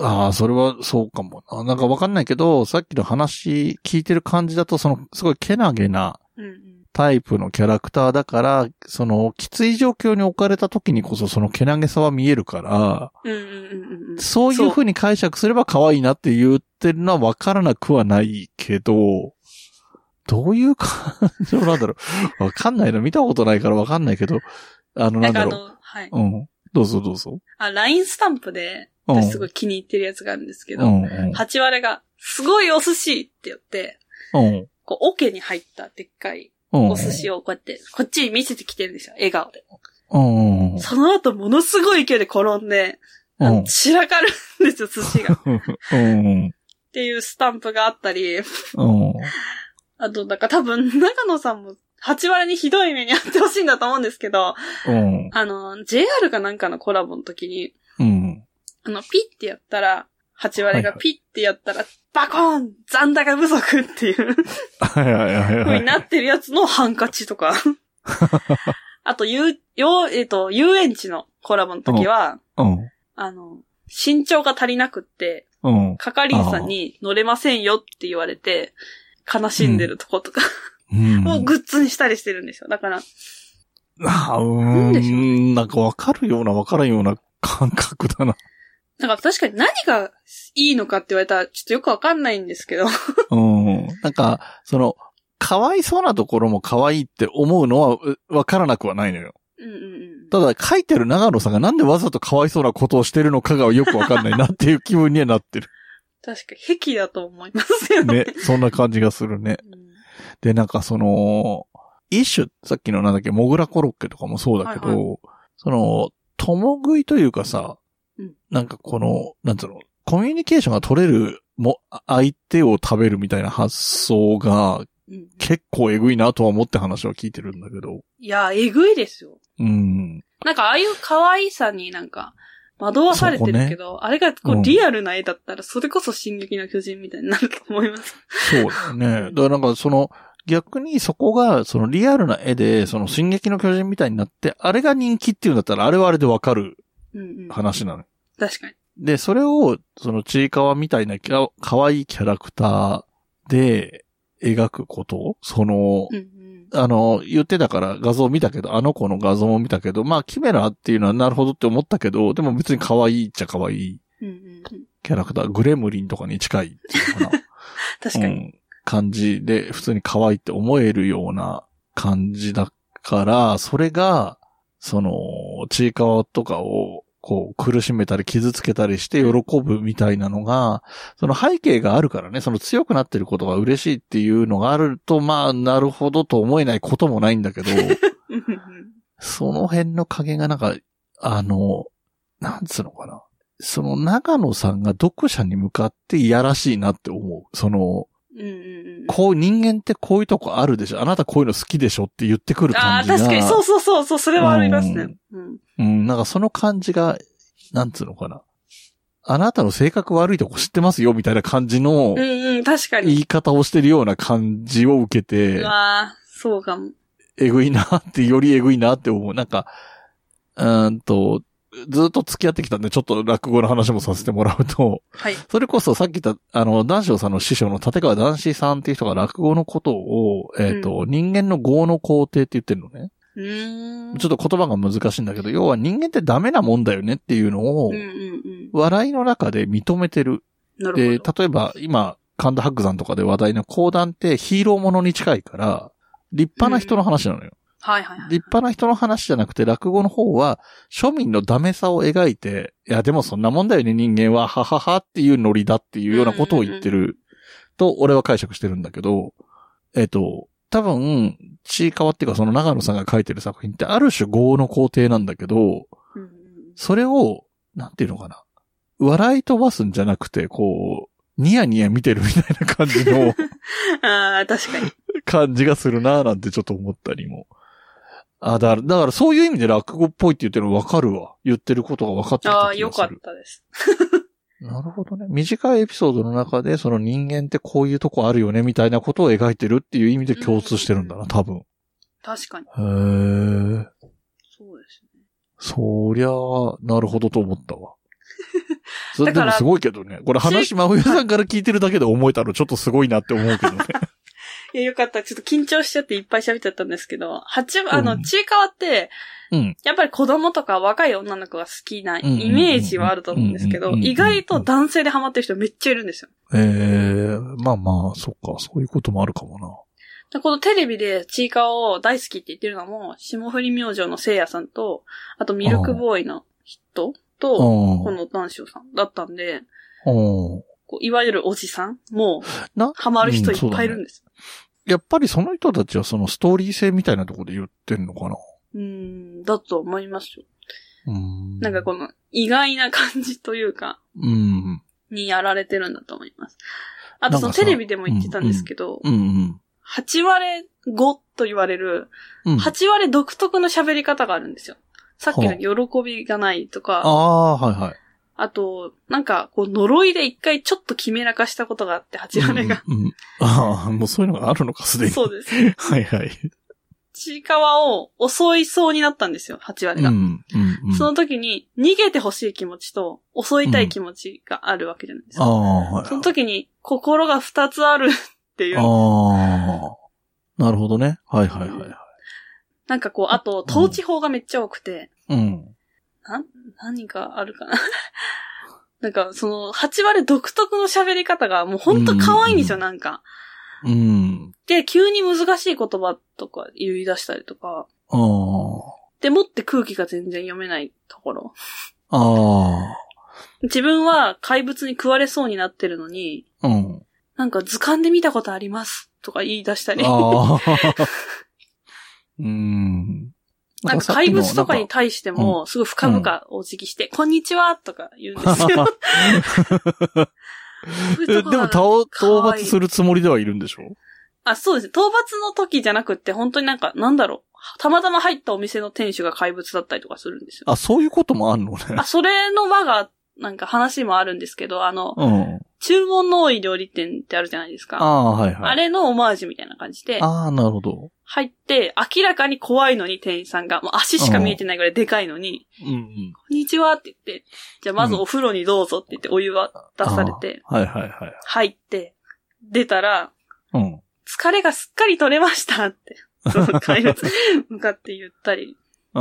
ああ、それはそうかもな。なんかわかんないけど、さっきの話聞いてる感じだと、その、すごいけなげなうんうん。タイプのキャラクターだから、その、きつい状況に置かれた時にこそ、そのけなげさは見えるから、うんうんうんうん。そういう風に解釈すれば可愛いなって言ってるのはわからなくはないけど、どういう感情なんだろう。わかんないの見たことないからわかんないけど、あの、ななんんかだあろの、はい。う。うん。どうぞどうぞ。あ、LINE スタンプで、うん。私すごい気に入ってるやつがあるんですけうど、んうん8割が、すごいお寿司って言って、うん。こう、桶に入ったでっかいおお寿司をこうやって、こっちに見せてきてるんですよ、笑顔で。うんうんうん。その後、ものすごい勢いで転んで、あの散らかるんですよ、寿司が。っうん。ていうスタンプがあったり、うん。あと、なんか多分、長野さんも、八割にひどい目に遭ってほしいんだと思うんですけど、うん。あの、JR かなんかのコラボの時に、うん。あの、ピッてやったら、八割がはいはいピッてやったら、バコーン残高不足っていうはいはいはいは風にい。なってるやつのハンカチとか。あと、遊、よ、えっ、と、遊園地のコラボの時は、うん。あの、身長が足りなくって、うん。係員さんに乗れませんよって言われて、悲しんでるとことかうん。をグッズにしたりしてるんですよ。だから、あうなんでしょん。なんかわかるようなわからんような感覚だな。 なんか確かに何がいいのかって言われたらちょっとよくわかんないんですけど。うん。なんか、その、かわいそうなところも可愛いって思うのはうわからなくはないのよ。うんうんうん。ただ書いてる長野さんがなんでわざとかわいそうなことをしてるのかがよくわかんないなっていう気分にはなってる。確かに、癖だと思いますよね。ね。そんな感じがするね。うんで、なんかその、一種、さっきのなんだっけ、モグラコロッケとかもそうだけど、はいその、共食いというかさ、うんなんかこの、なんつうの、コミュニケーションが取れるも、相手を食べるみたいな発想がうん結構えぐいなとは思って話は聞いてるんだけど、いや、えぐいですよ。うん。なんかああいう可愛さになんか、惑わされてるけど、あれがこうんうリアルな絵だったら、それこそ進撃の巨人みたいになると思います。そうだよ ね。だからなんかその、逆にそこが、そのリアルな絵で、その進撃の巨人みたいになって、あれが人気っていうんだったら、あれはあれでわかるうんうん。話なのよ確かに。で、それを、その、ちいかわみたいなキャラ、可愛いキャラクターで描くことそのう、んうん。あの、言ってたから画像見たけど、あの子の画像も見たけど、まあ、キメラっていうのはなるほどって思ったけど、でも別に可愛いっちゃ可愛いうんうんうん。キャラクター、グレムリンとかに近いっていうのかな。確かうに。ん感じで、普通に可愛いって思えるような感じだから、それが、その、ちいかわとかを、こう、苦しめたり傷つけたりして喜ぶみたいなのが、その背景があるからね、その強くなってることが嬉しいっていうのがあると、まあ、なるほどと思えないこともないんだ けど、うんうんうんその辺の加減がなんか、あの、なんつうのかな。その長野さんが読者に向かっていやらしいなって思う。その、うんうんうん。こう、人間ってこういうとこあるでしょあなたこういうの好きでしょって言ってくるあ感あ、じが。確かに、そうそうそう、そう、それはありますね。うん。うん、なんかその感じが、なんつうのかな。あなたの性格悪いとこ知ってますよみたいな感じのうんうん、確か言に。い方をしてるような感じを受けうて、わあ、そうかも。えぐいなって、よりえぐいなって思う。なんか、うーんと、ずっと付き合ってきたんで、ちょっと落語の話もさせてもらうと、はい。それこそさっき言った、あの、男子さんの師匠の立川男子さんっていう人が落語のことを、えっ、と、人間の業の肯定って言ってるのね。うーん。ちょっと言葉が難しいんだけど、要は人間ってダメなもんだよねっていうのをうん、うんうん。笑いの中で認めてる。なで、るほ例えば今、神田伯山とかで話題の講談ってヒーローものに近いから、立派な人の話なのよ。ど。はいはいはい。立派な人の話じゃなくて、落語の方は、庶民のダメさを描いて、いや、でもそんなもんだよね、人間は、はははっていうノリだっていうようなことを言ってる、と、俺は解釈してるんだけど、えっ、と、多分、ちいかわっていうか、その長野さんが書いてる作品って、ある種業の工程なんだけど、うんうんそれを、なんていうのかな。笑い飛ばすんじゃなくて、こう、ニヤニヤ見てるみたいな感じの、 うん。ああ、確かに。感じがするなぁなんてちょっと思ったりも。あ、だから、だからそういう意味で落語っぽいって言ってるの分かるわ。言ってることが分かってきた気がする。ああ、よかったです。なるほどね。短いエピソードの中で、その人間ってこういうとこあるよね、みたいなことを描いてるっていう意味で共通してるんだな、多分。確かに。へえ。そうですね。そりゃあ、なるほどと思っ たわ。そだれでからもすごいけどね。これ話、真冬さんから聞いてるだけで思えたらちょっとすごいなって思うけど ね。いや、よかった。ちょっと緊張しちゃっていっぱい喋っちゃったんですけど、八分、あうの、んちいかわって、うん。やっぱり子供とか若い女の子が好きなうんイメージはあると思うんですけうんどう、んうん意外と男性でハマってる人めっちゃいるんですよ。ええまあまあ、そっか、そういうこともあるかもな。でこのテレビでちいかわを大好きって言ってるのも、霜降り明星のせいやさんと、あとミルクボーイの人うと、ん。この男子さんだったんで、うん。こういわゆるおじさんもな、ハマる人うんいっぱいいるんです。やっぱりその人たちはそのストーリー性みたいなところで言ってんのかな。うーん、だと思いますよ。うん。なんかこの意外な感じというか、うん。にやられてるんだと思います。あとそのなんかさテレビでも言ってたんですけど、うんうん。 8割5と言われる、うん。 8割独特の喋り方があるんですよ。さっきの喜びがないとあか、あ、はいはい。あと、なんか、こう、呪いで一回ちょっと決めらかしたことがあって、8割が。うんうんうん。ああ、もうそういうのがあるのか、すでに。そうです。はいはい。ちいかわを襲いそうになったんですよ、8割うん。うが。ん。うんその時に、逃げてほしい気持ちと、襲いたい気持ちがあるわけじゃないですか。ああ、はい。その時に、心が2つあるっていう。ああ。なるほどね。はいはいはいはい。なんかこう、あと、統治法がめっちゃ多くて、うん。なん、何かあるかな。 なんか、その、8割独特の喋り方が、もうほんと可愛いんですよ、うんなんか。うん。で、急に難しい言葉とか言い出したりとか、ああ。でもって空気が全然読めないところ。あ自分は怪物に食われそうになってるのに、あ。うん。なんか図鑑で見たことありますとか言い出したり。ああ。うん。 なんか怪物とかになん対しても、すごい深々お辞儀して、こんにちはとか言うんで すよ。そういうえとこでも、がたお討可愛伐いするつもりではいるんでしょあ、そうですね。討伐の時じゃなくって、本当になんか、なんだろう。たまたま入ったお店の店主が怪物だったりとかするんですよ。あ、そういうこともあんのね。あ、それの輪が、なんか話もあるんですけど、あの、 うん。注文の多い料理店ってあるじゃないですか。ああ、はいはい。あれのオマージュみたいな感じで、ああ、なるほど。入って、明らかに怖いのに店員さんが、もう足しか見えてないぐらいでかいのに、うんうん。こんにちはって言って、じゃあまずうんお風呂にどうぞって言ってお湯は出されて、はいはいはい。入って、出たら、うん。疲れがすっかり取れましたって、その怪 物向かって言ったり、あ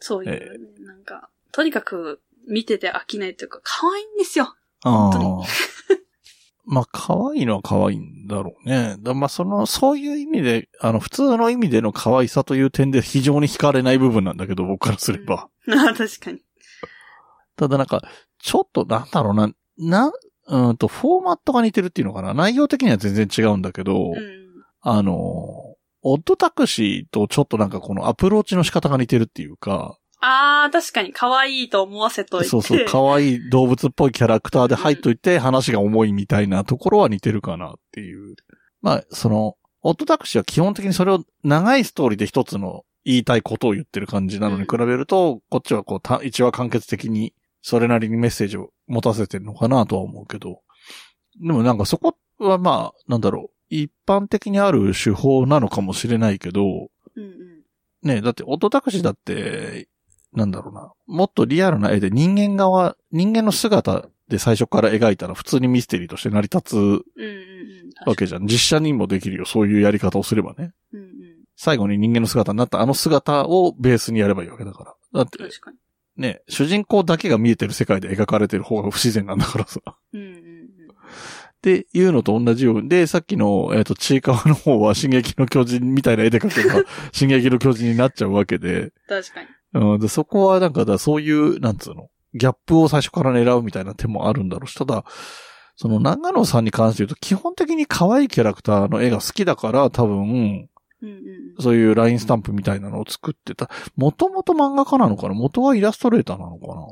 そういう、なんか、とにかく見てて飽きないというか、可愛いんですよ。あ。あ本当あ。 まあ、可愛いのは可愛いんだろうね。だまあ、その、そういう意味で、あの、普通の意味での可愛さという点で非常に惹かれない部分なんだけど、僕からすれば。うん。 あ確かに。ただなんか、ちょっとなんだろうな、な、うんと、フォーマットが似てるっていうのかな。内容的には全然違うんだけうど、ん。あの、オッドタクシーとちょっとなんかこのアプローチの仕方が似てるっていうか、あー、確かに可愛いと思わせといて。そうそう、可愛い動物っぽいキャラクターで入っといて話が重いみたいなところは似てるかなっていう。まあ、その、オットタクシーは基本的にそれを長いストーリーで一つの言いたいことを言ってる感じなのに比べると、こっちはこう、た一話完結的にそれなりにメッセージを持たせてるのかなとは思うけど。でもなんかそこはまあ、なんだろう。一般的にある手法なのかもしれないけど、うんうん。ねえ、だって、オトタクシーだって、なんだろうな。もっとリアルな絵で人間側、人間の姿で最初から描いたら普通にミステリーとして成り立うんうんうん。つわけじゃん。実写にもできるよ。そういうやり方をすればね。うんうん。最後に人間の姿になったあの姿をベースにやればいいわけだから。だって、確かに。ね、主人公だけが見えてる世界で描かれてる方が不自然なんだからさ。 うんうんうん。っていうのと同じように、で、さっきの、えっ、と、ちいかわの方は、進撃の巨人みたいな絵で描けば、進撃の巨人になっちゃうわけで、確かに。うん、でそこはなんかだ、そういう、なんつうの、ギャップを最初から狙うみたいな手もあるんだろうし、ただ、その長野さんに関して言うと、基本的に可愛いキャラクターの絵が好きだから、多分、うんうんそういうラインスタンプみたいなのを作ってた。もともと漫画家なのかな元はイラストレーターなのかな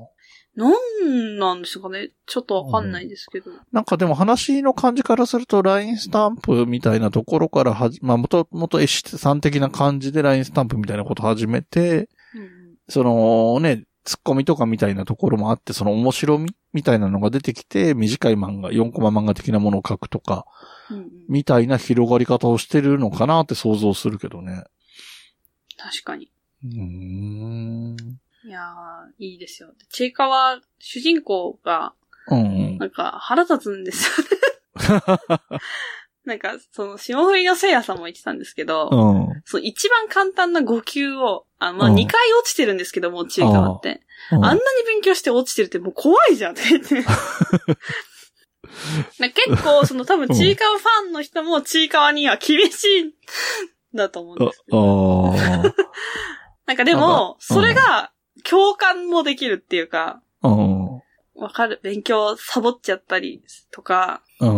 うん。なんなんですかねちょっとわかんないですけど。なんかでも話の感じからすると、ラインスタンプみたいなところからはじ、まあ、もともと絵師さん的な感じでラインスタンプみたいなこと始めて、うんそのね、ツッコミとかみたいなところもあって、その面白みみたいなのが出てきて、短い漫画、4コマ漫画的なものを書くとか、うんうん、みたいな広がり方をしてるのかなって想像するけどね。確かに。うーん。いやー、いいですよ。チェイカは、主人公が、うん。なんか腹立つんですよね。 なんか、その、霜降りのせいやさんも言ってたんですけど、うん。そう、一番簡単な5級を、あまあ、うん2回落ちてるんですけども、チーカーって。うんあんなに勉強して落ちてるってもう怖いじゃんって 言って。な結構、その多分、チーカーファンの人も、チーカーには厳しいんだと思うんあですけど。あなんかでなんも、うんそれが、共感もできるっていうか、ー。うん。わかる、勉強サボっちゃったりとか、う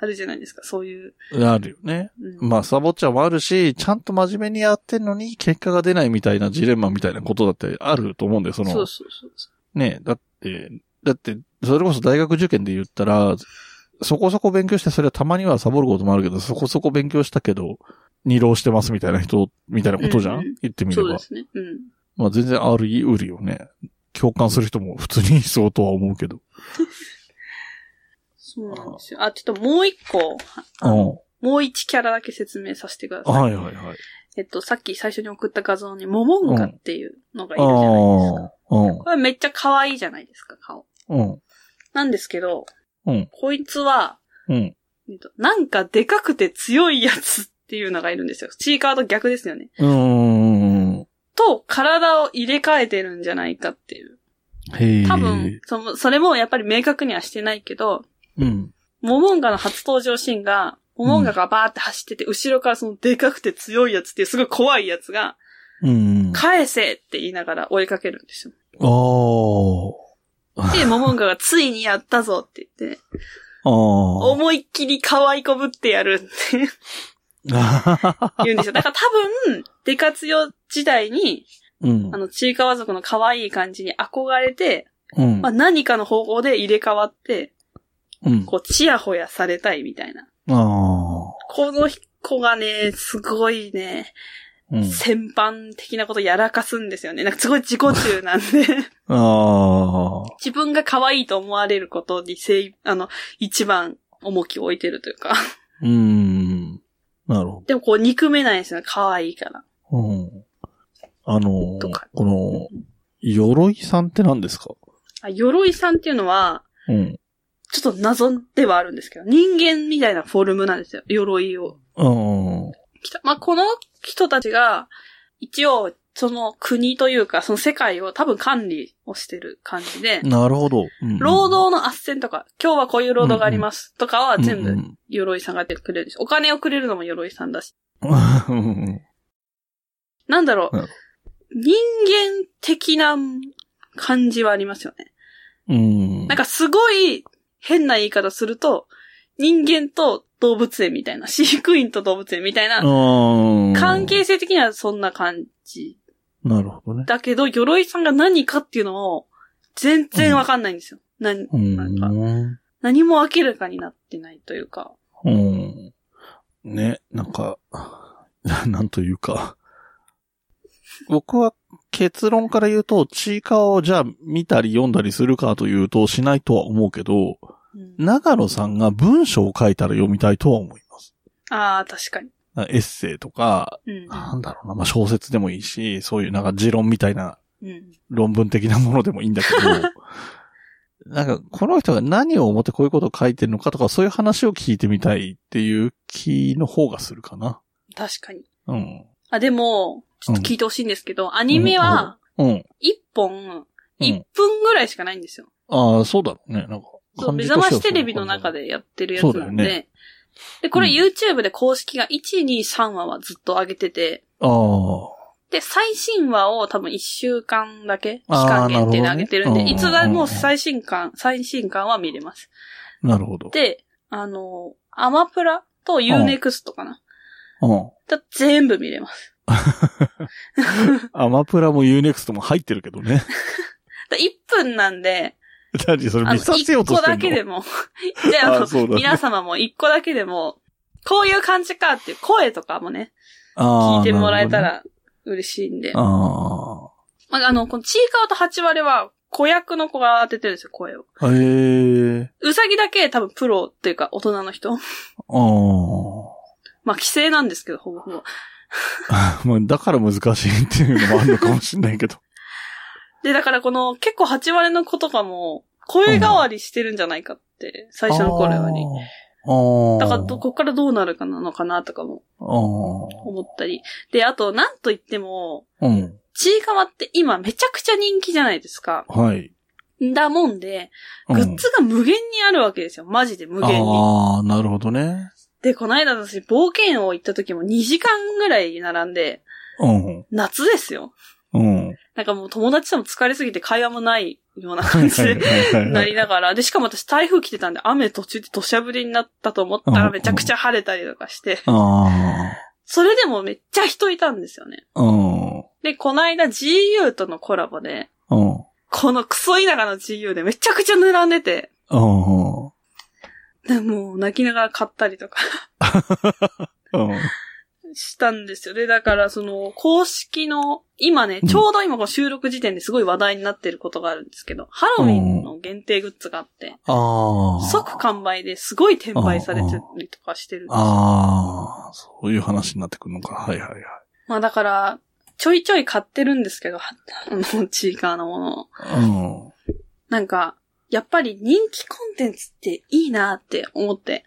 あるじゃないですか、そういう。ん。あるよね。うんまあ、サボっちゃんもあるし、ちゃんと真面目にやってんのに結果が出ないみたいなジレンマみたいなことだってあると思うんだよ、その。そうそうそうそねだって、だって、それこそ大学受験で言ったら、そこそこ勉強して、それはたまにはサボることもあるけど、そこそこ勉強したけど、二浪してますみたいな人、みたいなことじゃん、うんうん言ってう。みれそうでば。すね。うん。まあ全然あり得るよね。共感する人も普通にいそうとは思うけど。そうなんですよ。あ、ちょっともう一個、うあん。もう一キャラだけ説明させてください。はいはいはい。えっと、さっき最初に送った画像に、モモンガっていうのがいるじゃないですか。ああ。うん。これめっちゃ可愛いじゃないですか、顔。うん。なんですけど、うん。こいつは、うん。えっとなんかでかくて強いやつっていうのがいるんですよ。チーカーと逆ですよね。うーん。と、体を入れ替えてるんじゃないかっていう。へえ。多分、そのそれもやっぱり明確にはしてないけど、うん。モモンガの初登場シーンが、モモンガがバーって走ってて、後ろからそのでかくて強いやつっていうすごい怖いやつが、うん。あ返せって言いながら追いかけるんですよ。あ。で、モモンガがついにやったぞって言って、あ 思いっきり可愛いこぶってやるってあ。言うん ですよ。だから多分、デカツヨ時代に、うんあ。の、チーカワ族の可愛い感じに憧れて、うんまあ、。何かの方向で入れ替わって、うん。こう、チヤホヤされたいみたいな。あこの子がね、すごいね、あ。うん。先般的なことやらかすんですよね。なんかすごい自己中 なんで、ああ。自分が可愛いと思われることに精一、あの、一番重きを置いてるというか。うーん。なるほでもこう、憎めないですよね。可愛いから。ど。うん。あのーとかこの、鎧さんって何ですかあ、鎧さんっていうのは、うん。ちょっと謎ではあるんですけど、人間みたいなフォルムなんですよ。鎧をうん。きたまあ、この人たちが、一応、その国というか、その世界を多分管理をしてる感じで、なるほど。うん労働の斡旋とか、今日はこういう労働がありますとかは全う部ん鎧さんがやってくれるんです。お金をくれるのも鎧さんだし。うんうんなんだろうなる、人間的な感じはありますよね。うん。なんかすごい変な言い方すると、人間と動物園みたいな、飼育員と動物園みたいな、うん、関係性的にはそんな感じなるほどね。だけど、鎧さんが何かっていうのを、全然わかんないんですよ。何、うんなんか、何も明らかになってないというか。うん。ね、なんか、 ななんというか。僕は結論から言うと、チーカーをじゃあ見たり読んだりするかというとしないとは思うけど、うん、あ長野さんが文章を書いたら読みたいとは思います。あー、確かに。エッセイとか、うんなんだろうな、まあ、小説でもいいし、そういうなんか持論みたいなうん。うん。論文的なものでもいいんだけど、 なんか、この人が何を思ってこういうことを書いてるのかとか、そういう話を聞いてみたいっていう気の方がするかな。確かに。うん。あ、でも、ちょっと聞いてほしいんですけど、アニメは、うん。 1本、うん1分ぐらいしかないんですよ。ああ、そうだろうね。なんかそう、感目じ覚まとしてはそうしテレビの中。でやってるやつそうだなよんで、ねで、これうん YouTube で公式が1、2、3話はずっと上げてて、ああ。で、最新話を多分1週間だけ、期あ間ー限定で上げてるんで、なるほどねいつがもう最新刊、最新刊は見れます。なるほど。で、あの、アマプラと UNEXT かな。うん。だ全部見れます。アマプラも UNEXT も入ってるけどね。 1分なんで、何それあ見の、させよ1うと個してんのだけでも、 じゃあああそうだの、 ね皆様も1個だけでも、こういう感じかっていう声とかもね、あー聞いてもらえたなるら嬉しいんで。ほどねまあ、あの、このちいかわとハチワレは、子役の子が当ててるんですよ、声を。ああ。へえ。うさぎだけ多分プロっていうか大人の人。 ああ。まあ、規制なんですけど、ほぼほぼ。 まあ、だから難しいっていうのもあるのかもしれないけど。で、だからこの、結構ハチワレの子とかも、声変わりしてるんじゃないかって、 最初の頃より。あー。だからど、こっからどうなるかなのかなとかもあ思ったり。で、あと、なんと言っても、あ。うん。ちいかわって今めちゃくちゃ人気じゃないですか。はい。だもんで、うグんッズが無限にあるわけですよ。マジで無限に。ああ、なるほどね。で、この間私、冒険王行った時も2時間ぐらい並んで、うん。夏ですよ。うん。なんかもう友達とも疲れすぎて会話もないような感じでなりながら。で、しかも私台風来てたんで雨途中で土砂降りになったと思ったうんうらんめちゃくちゃ晴れたりとかして、あそれでもめっちゃ人いたんですよね。あ。うん。で、この間 GU とのコラボで、うん。このクソ田舎の GU でめちゃくちゃ並んでて、うん。でもう泣きながら買ったりとかうん。したんですよ。で、だからその公式の、今ね、ちょうど今この収録時点ですごい話題になってることがあるんですけど、ハロウィンの限定グッズがあって、ああ。即完売ですごい転売されてりとかしてるんですよああ、そういう話になってくるのか。はいはいはい。まあだから、ちょいちょい買ってるんですけど、は あの、チーカーのものをうん。なんか、やっぱり人気コンテンツっていいなって思って。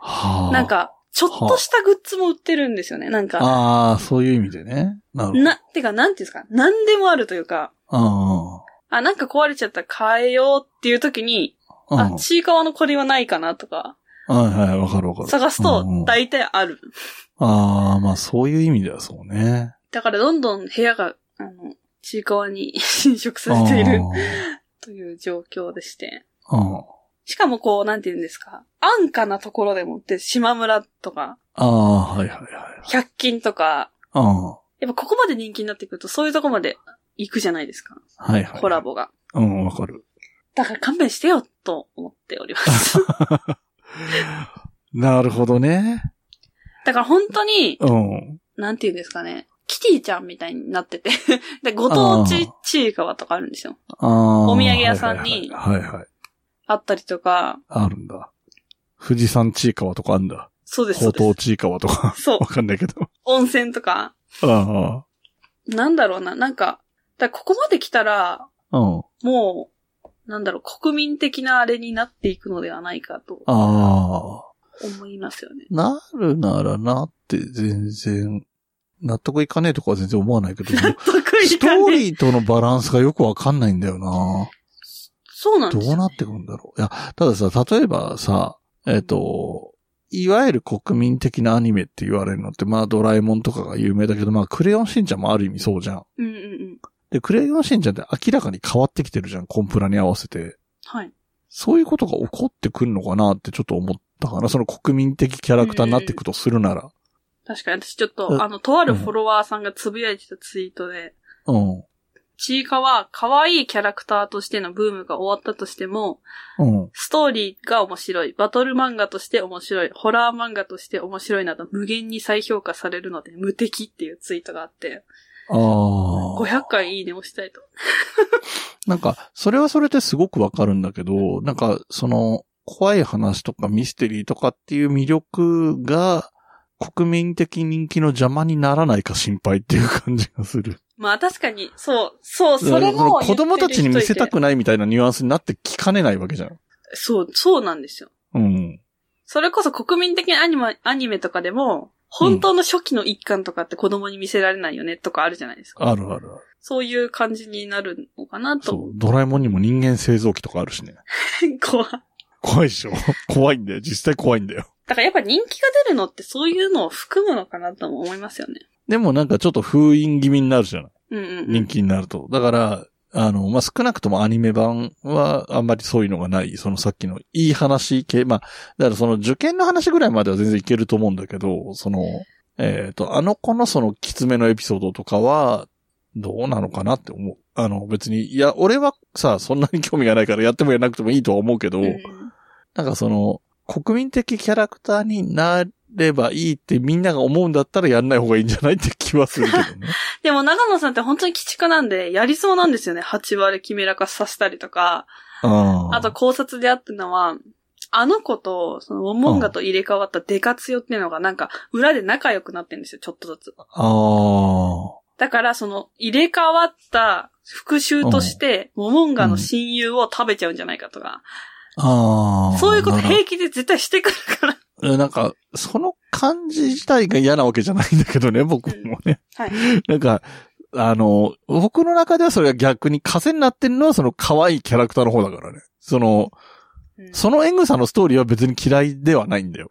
はあ。なん、か、ちょっとしたグッズも売ってるんですよね。なんか、ああ、そういう意味でね。なるほど。な、てか、なんていうんですか、なんでもあるというか、ああ、なんか壊れちゃったら変えようっていう時に、あ。うんあ、チーカーのこれはないかなとか、はいはい、わかるわかる。探すうんうとん大体ある。ああ、まあそういう意味ではそうね。だからどんどん部屋が、あの、ちいかわに 侵食されているという状況でして。あーしかもこう、なんて言うんですか。安価なところでもって、島村とか、あー、はいはいはい。百均とか、ああ、やっぱここまで人気になってくると、そういうとこまで行くじゃないですか。はいはい。コラ。ボが。うん、わかる。だから勘弁してよ、と思っており ます。なるほどね。だから本当に、うん。なんて言うんですかね。キティちゃんみたいになって て。で、ご当あ地ちいかわとかあるんですよ。ああ。お土産屋さんにはいはいはいはいはい。あったりとか、あるんだ。富士山ちいかわとかあるんだ。そうです、そう高で等ちいかわとか。 す。そうわ、かんないけど。温泉とか、あなんだろうな、なんか、だからここまで来たら、あ。うん。もう、なんだろう、国民的なあれになっていくのではないかとああ。思います よね。なるならなって全然、納得いかねえとかは全然思わないけど、得ス意トだーね。リーとのバランスがよくわかんないんだよな。そうなんどですうなよ。ってくんだろう。いや、たださ、例えばさ、えっ、と、いわゆる国民的なアニメって言われるのって、まあドラえもんとかが有名だけど、まあクレヨンしんちゃんもある意味そうじゃん。うんうんうん。で、クレヨンしんちゃんって明らかに変わってきてるじゃん、コンプラに合わせて。はい。そういうことが起こってくるのかなってちょっと思ったかな。その国民的キャラクターになっていくとするなら。確かに私ちょっうんと、あの、とあるフォロワーさんがつぶやいてたツイートで、うん。ちいかは可愛いキャラクターとしてのブームが終わったとしても、うん。ストーリーが面白い、バトル漫画として面白い、ホラー漫画として面白いなど無限に再評価されるので無敵っていうツイートがあって、ああ。 500回いいねをしたいと。なんか、それはそれですごくわかるんだけど、なんか、その、怖い話とかミステリーとかっていう魅力が、国民的人気の邪魔にならないか心配っていう感じがする。まあ確かに、そう、そう、それだからも子供たちに見せたない。くないみたいなニュアンスになって聞かねないわけじゃん。そう、そうなんですよ。うん。それこそ国民的なアニメアニメとかでも、本当の初期の一巻とかって子供に見せられないよねとかあるじゃないですか。あるあるある。そういう感じになるのかなと。 そう。ドラえもんにも人間製造機とかあるしね。怖い。怖いでしょ 怖いんだよ。実際怖いんだよ。だからやっぱ人気が出るのってそういうのを含むのかなとも思いますよね。 でもなんかちょっと封印気味になるじゃないうんうんう人ん。気になると。だから、あの、まあ、少なくともアニメ版はあんまりそういうのがない、そのさっきのいい話系、まあ、だからその受験の話ぐらいまでは全然いけると思うんだけど、その、えっ、と、あの子のそのきつめのエピソードとかは、どうなのかなって思う。あの、別に、いや、俺はさ、そんなに興味がないからやってもやらなくてもいいとは思うけど、うんなんかその、国民的キャラクターになればいいってみんなが思うんだったらやんない方がいいんじゃないって気はするけどね。でも長野さんって本当に鬼畜なんで、やりそうなんですよね。8割決めらかさせたりとか。ああと考察であったのは、あの子と、その、モモンガと入れ替わったデカツヨっていうのがなんか、裏で仲良くなってんですよ、ちょっとずつ。あだから、その、入れ替わった復讐として、モモンガの親友を食べちゃうんじゃないかとか、あ。ああ。そういうことなるほど平気で絶対してくるから。うんなんか、その感じ自体が嫌なわけじゃないんだ けどね、僕もね。はい。なんか、あの、僕の中ではそれが逆に風になってるのはその可愛いキャラクターの方だからね。その、うんそのエグさのストーリーは別に嫌いではないんだよ。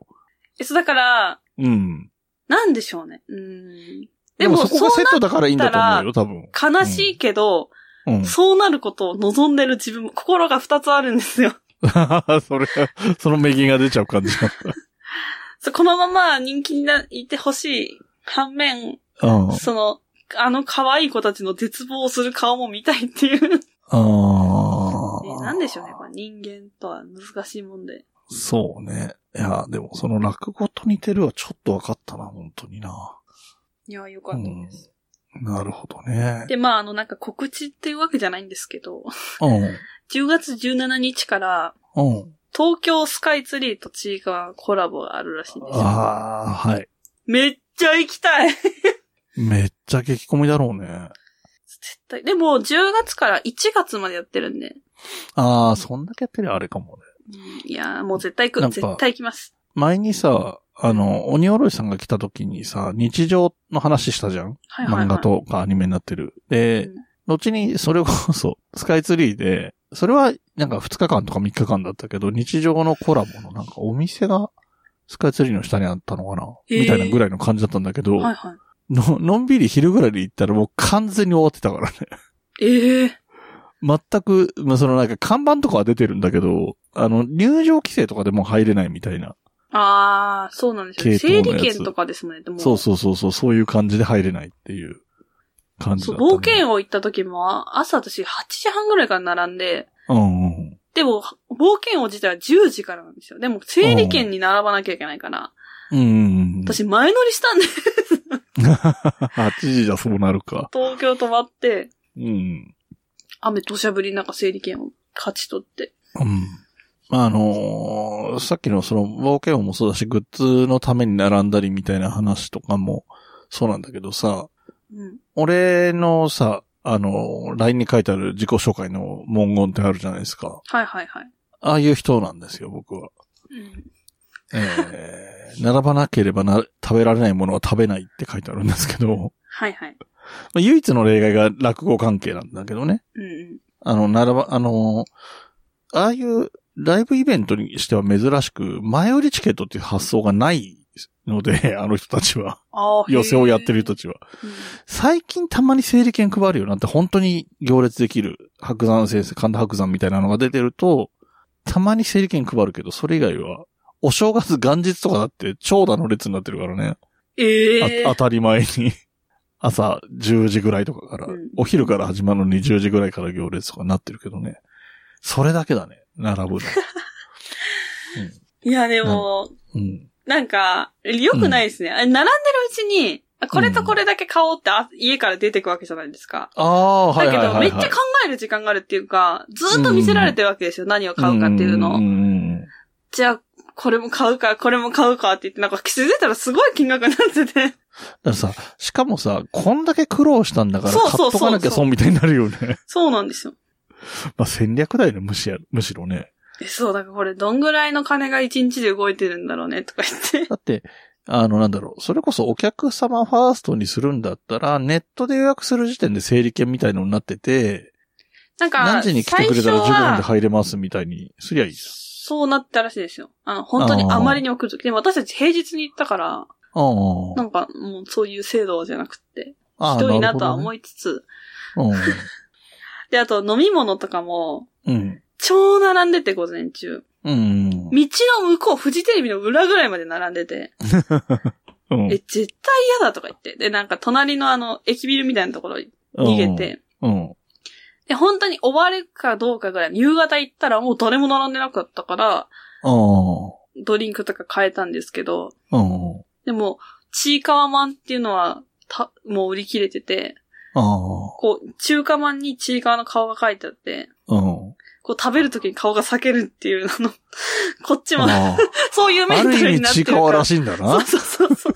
えそうだから、うん。なんでしょうね。うん。ででもも、そこがそセットだからいいんだと思うよ、多分。うな、悲しいけど、うん。 そうなることを望んでる自分も、心が二つあるんですよ。 それが、その名言が出ちゃう感じだ。そうこのまま人気にないてほしい。反面、うん。その、あの可愛い子たちの絶望する顔も見たいっていう。 あねなんでしょうね、これ人間とは難しいもんで。そうね。いや、でもその落語と似てるはちょっと分かったな、本当にな。いや、よかったです。なるほどね。で、まあ、あの、なんか告知っていうわけじゃないんですけど、 うん。 10月17日から、うん。東京スカイツリーとチーカーコラボがあるらしいんですよ。ああ、はい。めっちゃ行きたい 絶めっちゃ激込みだろうね。対。でも、10月から1月までやってるんで。ああ、そんだけやってりゃあれかもね。いやーもう絶対行なく。んか絶対行きます。前にさ、あの、鬼おろしさんが来た時にさ、日常の話したじゃんはいはい、はい。漫画とかアニメになってる。でうん、後にそれこそ、スカイツリーで、それはなんか2日間とか3日間だったけど、日常のコラボのなんかお店が、スカイツリーの下にあったのかなへーみたいなぐらいの感じだったんだけど、はいはい。の、のんびり昼ぐらいで行ったらもう完全に終わってたからね。 ええ全く、まあ、そのなんか看板とかは出てるんだけど、あの、入場規制とかでもう入れないみたいな。ああ、そうなんですよ。系整統のや理つ券とかですもんね。でもそうそうそうそう、そういう感じで入れないっていう感じそだう、った、冒険王行った時も、朝私8時半ぐらいから並んで、うんうん。でも、冒険王自体は10時からなんですよ。でも、整理券に並ばなきゃいけないから、うんうんうん。私前乗りしたんで、 8時じゃそうなるか。東京泊まって、うん。雨土砂降りの中整理券を勝ち取って。うん。まあ、あのーさっきのその冒険王もそうだし、グッズのために並んだりみたいな話とかもそうなんだけどさ、うん。俺のさ、あのー、LINE に書いてある自己紹介の文言ってあるじゃないですか。はいはいはい。ああいう人なんですよ、僕は。うん。えー、並ばなければな、食べられないものは食べないって書いてあるんですけど、 はいはい。まあ、唯一の例外が落語関係なんだけどね。うんうん。あの、ならば、あの、ああいうライブイベントにしては珍しく、前売りチケットっていう発想がないので、 あの人たちは。ああ、寄せをやってる人へたちは。ー最近たまに整理券配るようになって、本当に行列できる白山先生、神田白山みたいなのが出てると、たまに整理券配るけど、それ以外は、お正月元日とかだって長蛇の列になってるからね。ええあ当たり前に。 朝10時ぐらいとかから、うんお昼から始まるのに10時ぐらいから行列とかなってるけどね。それだけだね、並ぶの。いやでも、うん。なんか、良くないですね。あれ並んでるうちに、あこれとこれだけ買おうって、あ家から出てくわけじゃないですか。ああ、はだいけはいはど、い、はめい。っちゃ考える時間があるっていうか、ずーっと見せられてるわけですよ。何を買うかっていうのんを。んうんじゃあ、これも買うか、これも買うかって言って、なんか気づいたらすごい金額になってて。だからさ、しかもさ、こんだけ苦労したんだから、そう買そっうとそうかなきゃ損みたいになるよね。 そうなんですよ。まあ戦略だよね、むしやむしろね。えそう、だからこれどんぐらいの金が一日で動いてるんだろうね、とか言って。 だって、あの、なんだろう、それこそお客様ファーストにするんだったら、ネットで予約する時点で整理券みたいのになってて、なんか、何時に来てくれたら最初15分はで入れますみたいにすりゃいいじそうなったらしいですよ。あの、本当にあまりに送るとき。でも私たち平日に行ったから、ゃん。あなんかもうそういう制度じゃなくって、あ。ひどいなとは思い。いつつ、うん。で、あと飲み物とかも、うん。超並んでて午前中。うん。道の向こう、フジテレビの裏ぐらいまで並んでて、う んえ、絶対嫌だとか言って。で、なんか隣のあの、駅ビルみたいなところに逃げ。て、うん。で、本当に終わるかどうかぐらい、夕方行ったらもう誰も並んでなかったから、あドリンクとか買えたんですけど、あ、うん。でも、ちいかわまんっていうのは、た、もう売り切れてて、あこう、中華まんにちいかわの顔が描いてあって、あ、うん。こう食べるときに顔が裂けるっていう、あの、 こっちも、あそういうあ メンあタるル意にな味、ってるか。ちいからわらしいんだな。そうそうそうそ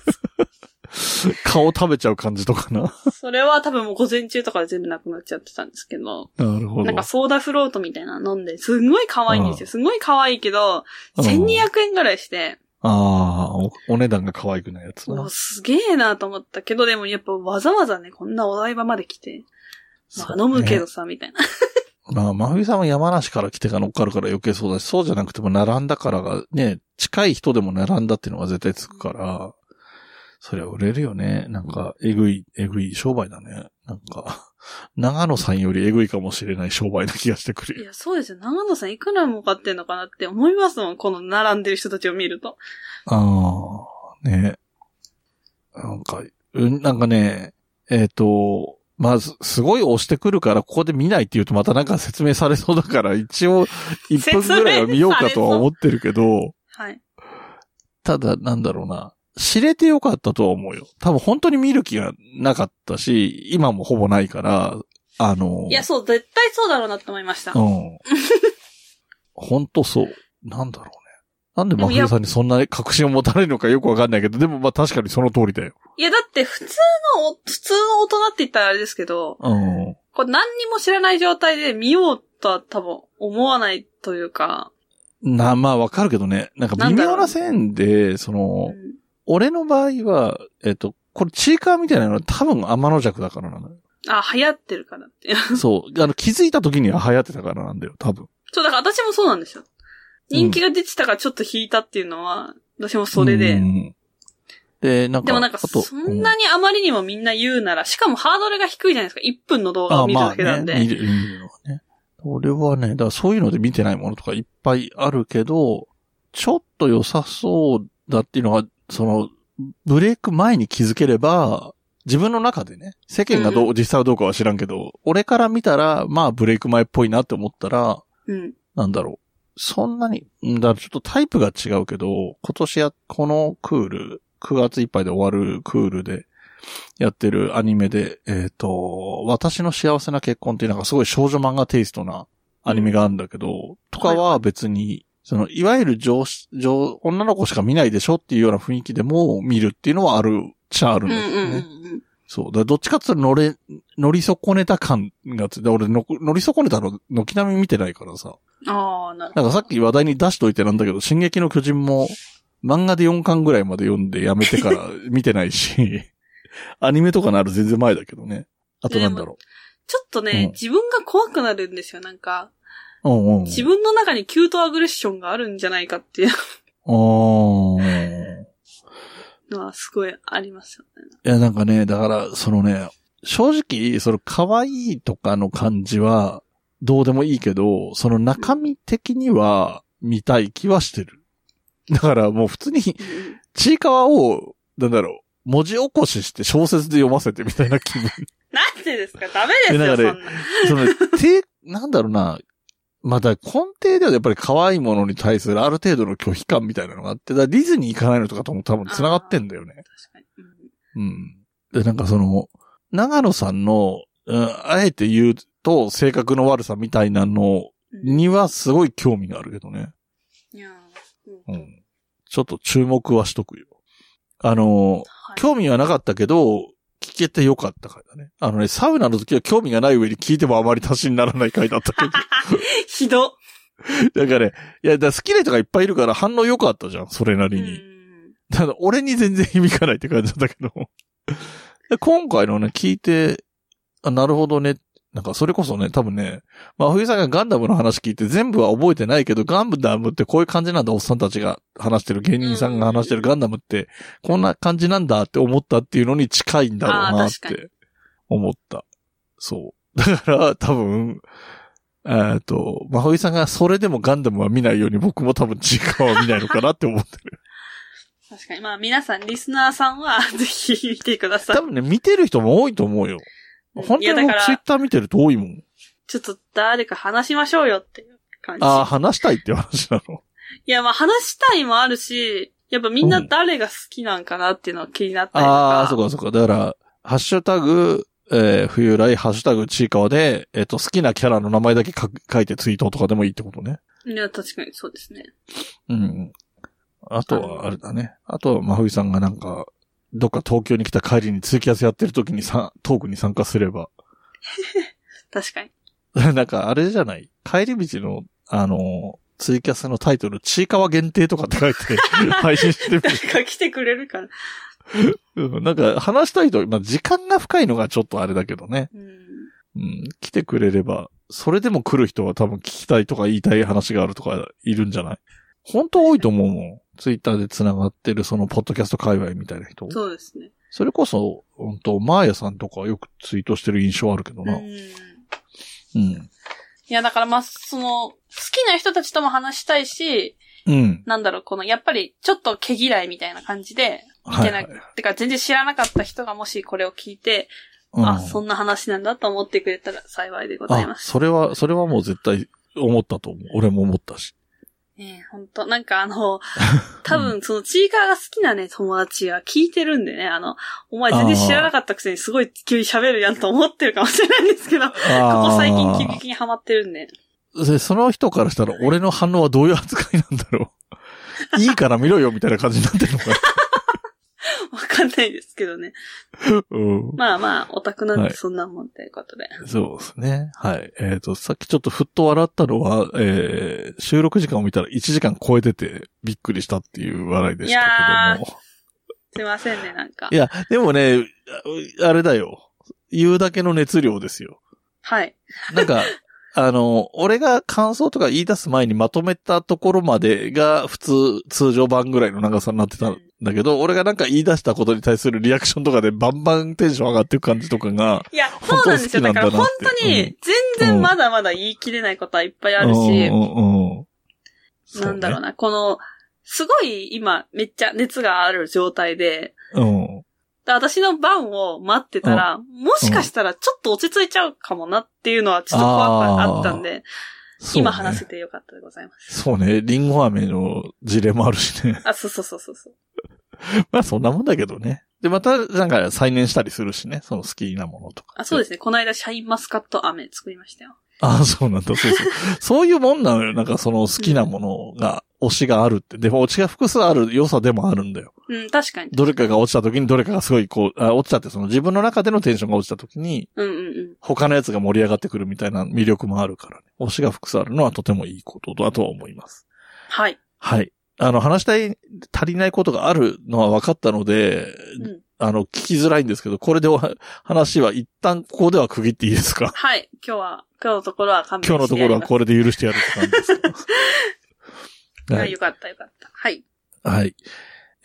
顔食べちゃう感じとかな。う。それは多分もう午前中とかで全部なくなっちゃってたんですけど、なるほなどんか。ソーダフロートみたいなの飲んで、すんごい可愛いんですよ。すんごい可愛いけど、うん1200円ぐらいして、ああ、おお値段が可愛くないやつうわな。すげえなと思ったけど、でもやっぱわざわざね、こんなお台場まで来て、まあそうね飲むけどさ、みたいな。まあ、まふみさんは山梨から来てが乗っかるから余計そうだし、そうじゃなくても並んだからが、ね、近い人でも並んだっていうのは絶対つくから、そりゃ売れるよね。なんか、えぐい、えぐい商売だね。なんか、 長野さんよりえぐいかもしれない商売な気がしてくるいよ。や、そうですよ。長野さんいくら儲かってんのかなって思いますもん、この並んでる人たちを見ると。ああ、ね。なんか、うん、なんかね、えっ、と、まず、すごい押してくるから、ここで見ないって言うとまたなんか説明されそうだから、一応、1分ぐらいは見ようかとは思ってるけど、はい。ただ、なんだろうな。知れてよかったとは思うよ。多分本当に見る気がなかったし、今もほぼないから、あの、いや、そう、絶対そうだろうなって思いました。うん。 本当そう。なんだろうね。なんで真冬さんにそんな確信を持たれるのかよくわかんないけど、でもまあ確かにその通りだよ。いや、だって普通のお、普通の大人って言ったらあれですけど、うん。こう何にも知らない状態で見ようとは多分思わないというか、な、まあわかるけどね。なんか微妙な線で、そうの、ん俺の場合は、えっと、これチーカーみたいなのは多分天の弱だからなのよ。あ、流行ってるからって。そう。あの、気づいた時には流行ってたからなんだよ、多分。 そう、だから私もそうなんですよ。人気が出てたからちょっと引いたっていうのは、私もそれで。うんで、なんか、でもなんか、あとそんなにあまりにもみんな言うなら、しかもハードルが低いじゃないですか。1分の動画を見るだけなんで。あまあね、見る、見るのはね。俺はね、だからそういうので見てないものとかいっぱいあるけど、ちょっと良さそうだっていうのは、その、ブレイク前に気づければ、自分の中でね、世間がどう、実際はどうかは知らんけど、俺から見たら、まあブレイク前っぽいなって思ったら、うん。なんだろう。そんなに、んだからちょっとタイプが違うけど、今年や、このクール、9月いっぱいで終わるクールでやってるアニメで、えっ、と、私の幸せな結婚っていうなんかすごい少女漫画テイストなアニメがあるんだけど、とかは別に、その、いわゆる上司、上、女の子しか見ないでしょっていうような雰囲気でも見るっていうのはある、ちゃあるうんんうだんけどね。うんそう。だからどっちかっていうと乗れ、乗り損ねた感がついて、俺の乗り損ねたの、軒並み見てないからさ。うん。ああ、なるほなんかさっき話題に出しといてなんだけど、進撃の巨人も漫画で4巻ぐらいまで読んでやめてから 見てないし、アニメとかなる全然前だけどね。あとなんだろど。ちょっとね、うん自分が怖くなるんですよ、なんか。う。うんうん。自分の中にキュートアグレッションがあるんじゃないかっていうあーのはすごいありますよね。いやなんかね、だから、そのね、正直、その可愛いとかの感じはどうでもいいけど、その中身的には見たい気はしてる。だからもう普通にうんちいかわを、なんだろう、文字起こしして小説で読ませてみたいな気分。なんでですかダメですいやよ、だかそらんな。その、て、なんだろうな、また根底ではやっぱり可愛いものに対するある程度の拒否感みたいなのがあって、だからディズニー行かないのとかとも多分繋がってんだよね。確かに。うんうん。で、なんかその、長野さんの、うん、あえて言うと性格の悪さみたいなのうんにはすごい興味があるけどね。いやーうんうん。ちょっと注目はしとくよ。あの、はい興味はなかったけど、聞けてよかった回だね。あのね、サウナの時は興味がない上に聞いてもあまり足しにならない回だったけど。 ひど。だからね、いや、だから好きな人がいっぱいいるから反応良かったじゃん、それなうりに。んただ、俺に全然響かないって感じだったけど。で 今回のね、聞いて、あ、なるほどね。なんか、それこそね、多分ね、まあ、冬さんがガンダムの話聞いて全部は覚えてないけど、ガンダムってこういう感じなんだ、おっさんたちが話してる、芸人さんが話してるガンダムって、こんな感じなんだって思ったっていうのに近いんだろうなっあー確て思った。そう。だから、多分、えーっと、まほいさんがそれでもガンダムは見ないように僕も多分時間は見ないのかなって思ってる。確かに。まあ皆さん、リスナーさんはぜひ 見てください多。分ね、見てる人も多いと思うよ。うん本いや当にだか僕らツイッター見てると多いもん。ちょっと誰か話しましょうよっていう感じ。ああ、話したいっていう話な の。いや、まあ話したいもあるし、やっぱみんな誰が好きなんかなっていうのは気になったりとか。ああ、そうかそうか。だから、ハッシュタグ、えー、冬来、ハッシュタグ、ちいかわで、えっ、と、好きなキャラの名前だけ書く書いてツイートとかでもいいってことね。いや、確かにそうですね。うん。あとは、あれだね。あとは、まふいさんがなんか、どっか東京に来た帰りにツイキャスやってる時にさ、トークに参加すれば。確かに。 なんか、あれじゃない帰り道の、あの、ツイキャスのタイトル、ちいかわ限定とかって書いて、 配信してみる誰か来てくれるから。うんなんか、話したいと、まあ、時間が深いのがちょっとあれだけどね。うん。うん、来てくれれば、それでも来る人は多分聞きたいとか言いたい話があるとかいるんじゃない本当多いと思うもん。ツイッターで繋がってるそのポッドキャスト界隈みたいな人。そうですね。それこそ、うんと、マーヤさんとかよくツイートしてる印象あるけどうな。ん。いうん。や、だからまあ、その、好きな人たちとも話したいし、うん。なんだろう、この、やっぱり、ちょっと毛嫌いみたいな感じで、いはけい、な。はいい。てか、全然知らなかった人がもしこれを聞いて、うんあ、そんな話なんだと思ってくれたら幸いでございあま、す。それは、それはもう絶対思ったと思う。俺も思ったし。ねえ、ほんと、なんかあ の、多分、その、チーカーが好きなね、友達が聞いてるんでね、あの、お前全然知らなかったくせにすごい急に喋るやんと思ってるかもしれないんですけ ど、こあこ最近急ー激にハマってるんで。で、その人からしたら俺の反応はどういう扱いなんだろ う。いいから見ろよみたいな感じになってるのかな。わかんないですけどね。うん。まあまあ、オタクなんはていそんなもんということで。そうですね。はい。えっ、と、さっきちょっとふっと笑ったのは、えー、収録時間を見たら1時間超えててびっくりしたっていう笑いでしたけども。すいませんね、なんかい。や、でもね、ああれだよ。言うだけの熱量ですよ。はい。なんか、あの、俺が感想とか言い出す前にまとめたところまでが普通、通常版ぐらいの長さになってたんだけど、俺がなんか言い出したことに対するリアクションとかでバンバンテンション上がっていく感じとかが、いや、そ本う当なんにで好すよ。きだなんかだらな本って当に、全然まだまだ言い切れないことはいっぱいあるし、うんうんうんそうねなんだろうな、この、すごい今、めっちゃ熱がある状態で、うん。で私の番を待ってたら、もしかしたらちょっと落ち着いちゃうかもなっていうのはちょっと怖かあーあったんで、そうね今話せてよかったでございます。そうね。リンゴ飴の事例もあるしね。あ、そうそうそうそうそう。まあそんなもんだけどね。で、また、なんか再燃したりするしね。その好きなものとか。。あ、そうですすね。この間、シャインマスカット飴作りましたよ。ああ、そうなんだ。そうそう。そういうもんなのよ。なんかその好きなものが、推しがあるって。でも推しが複数ある良さでもあるんだよ。うん、確かに。どれかが落ちた時にどれかがすごいこう、あ落ちたってその自分の中でのテンションが落ちた時に、うんうんうん。他のやつが盛り上がってくるみたいな魅力もあるからね。推しが複数あるのはとてもいいことだとは思います。はい。はい。あの、話したい、足りないことがあるのは分かったので、うんあの、聞きづらいんですけど、これでおは話は一旦ここでは区切っていいですかはい。今日は、今日のところは完璧今日のところはこれ。れで許してやるって感じですかは、はいいよ。かったよかった。はい。はい。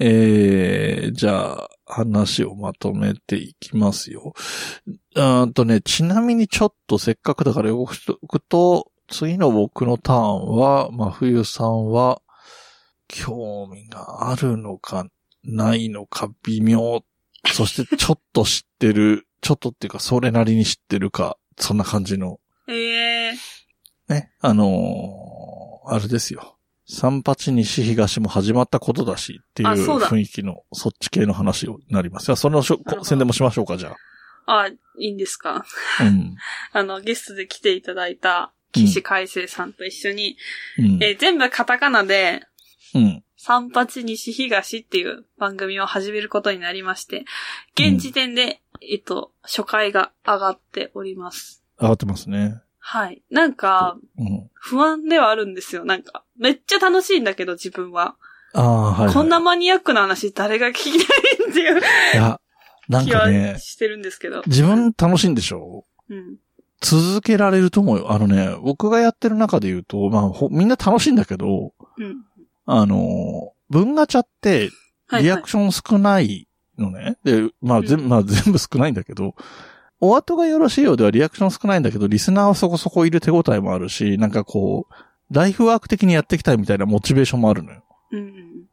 えー、じゃあ、話をまとめていきますよ。うーんとね、ちなみにちょっとせっかくだから動くと、次の僕のターンは、真冬さんは、興味があるのか、ないのか、微妙。そして、ちょっと知ってる、ちょっとっていうか、それなりに知ってるか、そんな感じのえー、ね、あのーあれですよ。三八西東も始まったことだしっていあそううだ雰囲気のそっち系の話になります。じゃあそのしょなるほどこ宣伝もしましょうか、じゃあ、いいんですか。 あ。うん。あの、ゲストで来ていただいた、岸海生さんと一緒に、うん。えー全部カタカナで、うん。三八西東っていう番組を始めることになりまして、現時点で、えっと、初回が上がっております。上がってますね。はい。なんか、うん。不安ではあるんですよ。なんか、めっちゃ楽しいんだけど、自分は。ああ、はい、はい。こんなマニアックな話、誰が聞きたいっていういや、なん気かはね、してるんですけど。自分楽しいんでしょうん。続けられると思うよ。あのね、僕がやってる中で言うと、まあ、ほみんな楽しいんだけど、うん。あのー文ガチャってはい、リはアい。クション少ないのね。で、まあ、全うまあ、全部少ないんだけど、お後がよろしいようではリアクション少ないんだけど、リスナーはそこそこいる手応えもあるし、なんかこう、ライフワーク的にやっていきたいみたいなモチベーションもあるのよ。うん。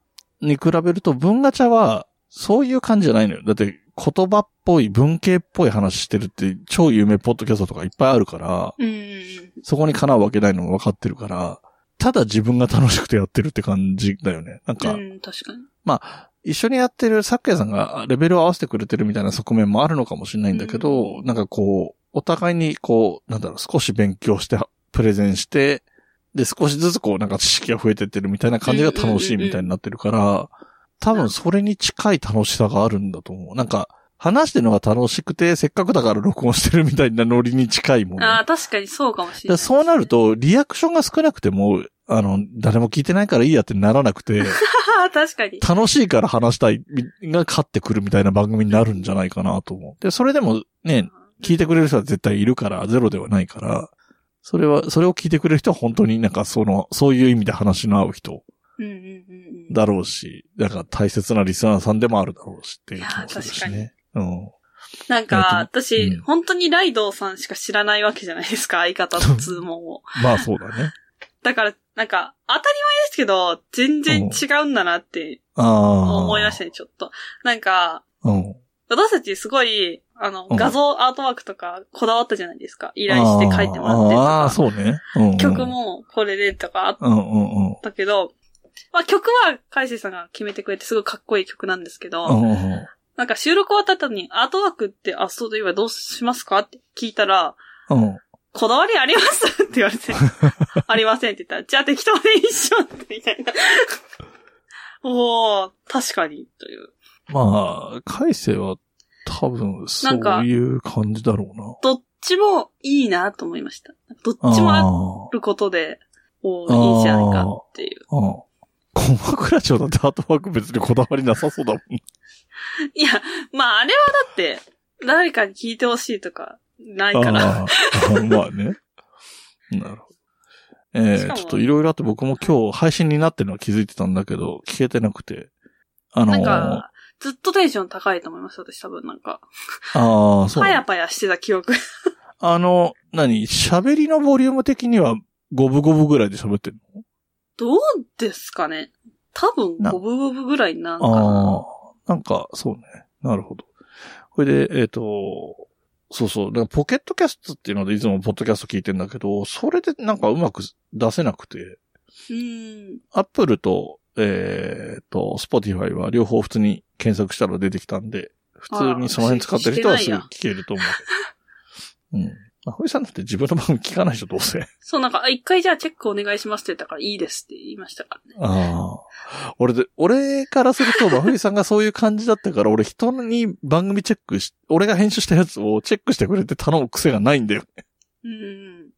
に比べると、文ガチャは、そういう感じじゃないのよ。だって、言葉っぽい、文系っぽい話してるって、超有名ポッドキャストとかいっぱいあるから、うん。そこにかなうわけないのも分かってるから、ただ自分が楽しくてやってるって感じだよね。なうんか、ん、確かに。一緒にやってるサックヤさんがレベルを合わせてくれてるみたいな側面もあるのかもしれないんだけど、なんかこう、お互いにこう、なんだろう、少し勉強して、プレゼンして、で、少しずつこう、なんか知識が増えてってるみたいな感じが楽しいみたいになってるから、多分それに近い楽しさがあるんだと思う。なんか、話してるのが楽しくて、せっかくだから録音してるみたいなノリに近いもの。ああ、確かにそうかもしれなでい。そうなる。と、リアクションが少なくても、あの、誰も聞いてないからいいやってならなくて、 確かに。楽しいから話したいが勝ってくるみたいな番組になるんじゃないかなと思う。で、それでもね、聞いてくれる人は絶対いるから、ゼロではないから、それは、それを聞いてくれる人は本当になんかその、そういう意味で話の合う人うんうんうんうん。だろうし、なんか大切なリスナーさんでもあるだろうしっていう気もするしいやね。うん。なんか、えっ私、うん本当にライドウさんしか知らないわけじゃないです か、相方の通問を。まあそうだね。だから、なんか、当たり前ですけど、全然違うんだなってああ。思いましたね、ちょっと。なんか、うん。私たちすごい、あの、うん画像アートワークとかこだわったじゃないですか。依頼して書いてもらってとああ、か、そうね。うんうん曲。もこれでとかあっうんうんうん。たけど、まあ曲は海星さんが決めてくれてすごいかっこいい曲なんですけど、うんうんうんなんか収録終わった後にアートワークって、あ、そうといえばどうしますかって聞いたら、うん。こだわりありますって言わ れて、ありませんって言ったら、じゃあ適当でいいっしょって、みたいな。おー、確かに、という。まあ、改正は多分そういう感じだろうな。どっちもいいなと思いました。どっちもあることで、おーいいじゃないかっていう。ああ。うん。小枕町だってアートワーク別にこだわりなさそうだもん。いや、まああれはだって、誰かに聞いてほしいとか、ないから。ああ。まあね。なるほど。えしえかもちょっといろいろあって僕も今日配信になってるのは気づいてたんだけど、聞けてなくて。あのなーんか、ずっとテンション高いと思います、私多分なんか。ああ、そうパなヤの。パヤしてた記憶。 あの、何喋りのボリューム的には五分五分ぐらいで喋ってるのどうですかね多分、な五分五分ぐらいになんかな。ああ、なんか、そうね。なるほど。これで、えっ、と、そうそう。だからポケットキャストっていうのでいつもポッドキャスト聞いてんだけど、それでなんかうまく出せなくて、うん。アップルと、えっ、と、スポティファイは両方普通に検索したら出てきたんで、普通にその辺使ってる人はすぐ聞けると思う。うん。まあ、ほいさんだって自分の番組聞かないでしょ、どうせ。そう、なんか、あ一回じゃあチェックお願いしますって言ったから、いいですって言いましたからね。ああ。俺で、俺からすると、まふみさんがそういう感じだったから、俺人に番組チェックし、俺が編集したやつをチェックしてくれて頼む癖がないんだよ。うん。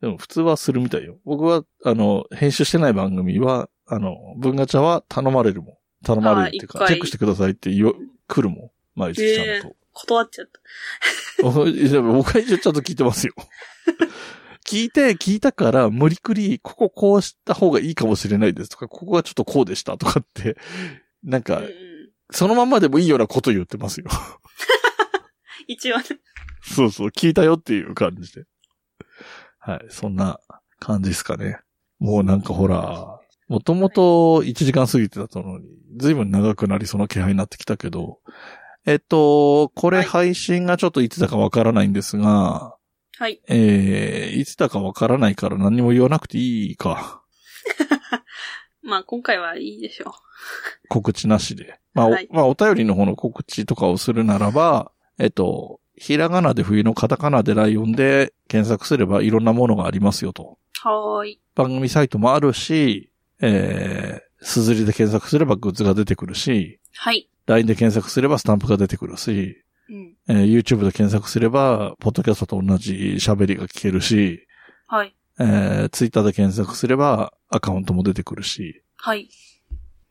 でも普通はするみたいよ。僕は、あの、編集してない番組は、あの、文ガチャは頼まれるもん。頼まれるっていうああか、一回チェックしてくださいって言わ、来るもん。毎日ちゃんと。断っちゃった。お いでも僕は一応ちゃんと聞いてますよ。聞いて、聞いたから、無理くり、こここうした方がいいかもしれないですとか、ここはちょっとこうでしたとかって、なんかうん、うん。そのまんまでもいいようなこと言ってますよ。 一応ね。そうそう、聞いたよっていう感じで。はい、そんな感じですかね。もうなんかほら、もともと1時間過ぎてたのに、ずいぶん長くなりそうな気配になってきたけど、えっと、これはい配信がちょっといつだかわからないんですが、はい。えー、いつだかわからないから何も言わなくていいか。まあ、今回はいいでしょ告知なしで。まあ、おはいまあ、お便りの方の告知とかをするならば、えっと、ひらがなで冬のカタカナでライオンで検索すればいろんなものがありますよと。う。はーい。番組サイトもあるし、えー、すずりで検索すればグッズが出てくるし、はい。 LINE で検索すればスタンプが出てくるし、うん。えー YouTube で検索すれば、ポッドキャストと同じ喋りが聞けるし、はい。えー、Twitter で検索すればアカウントも出てくるし、はい。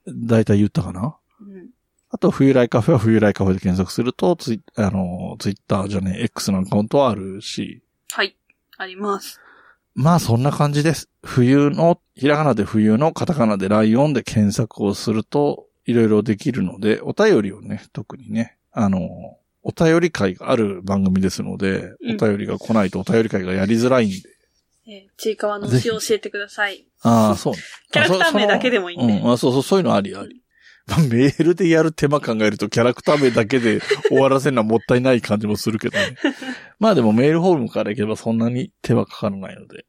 だいたい言ったかなうん。あと、冬来カフェは冬来カフェで検索すると、ツイあの、ツイッターじゃねえ、X のアカウントはあるし、はい。あります。まあそんな感じです。冬の、ひらがなで冬の、カタカナでライオンで検索をすると、いろいろできるので、お便りをね、特にね、あの、お便り会がある番組ですので、うんお便りが来ないとお便り会がやりづらいんで。えー、ちいかわの推しを教えてください。ああ、そうね。キャラクター名だけでもいいんであそそのうん、あそうそう、そういうのありあり。メールでやる手間考えるとキャラクター名だけで終わらせるのはもったいない感じもするけど ね。まあでもメールフォームからいけばそんなに手はかからないので、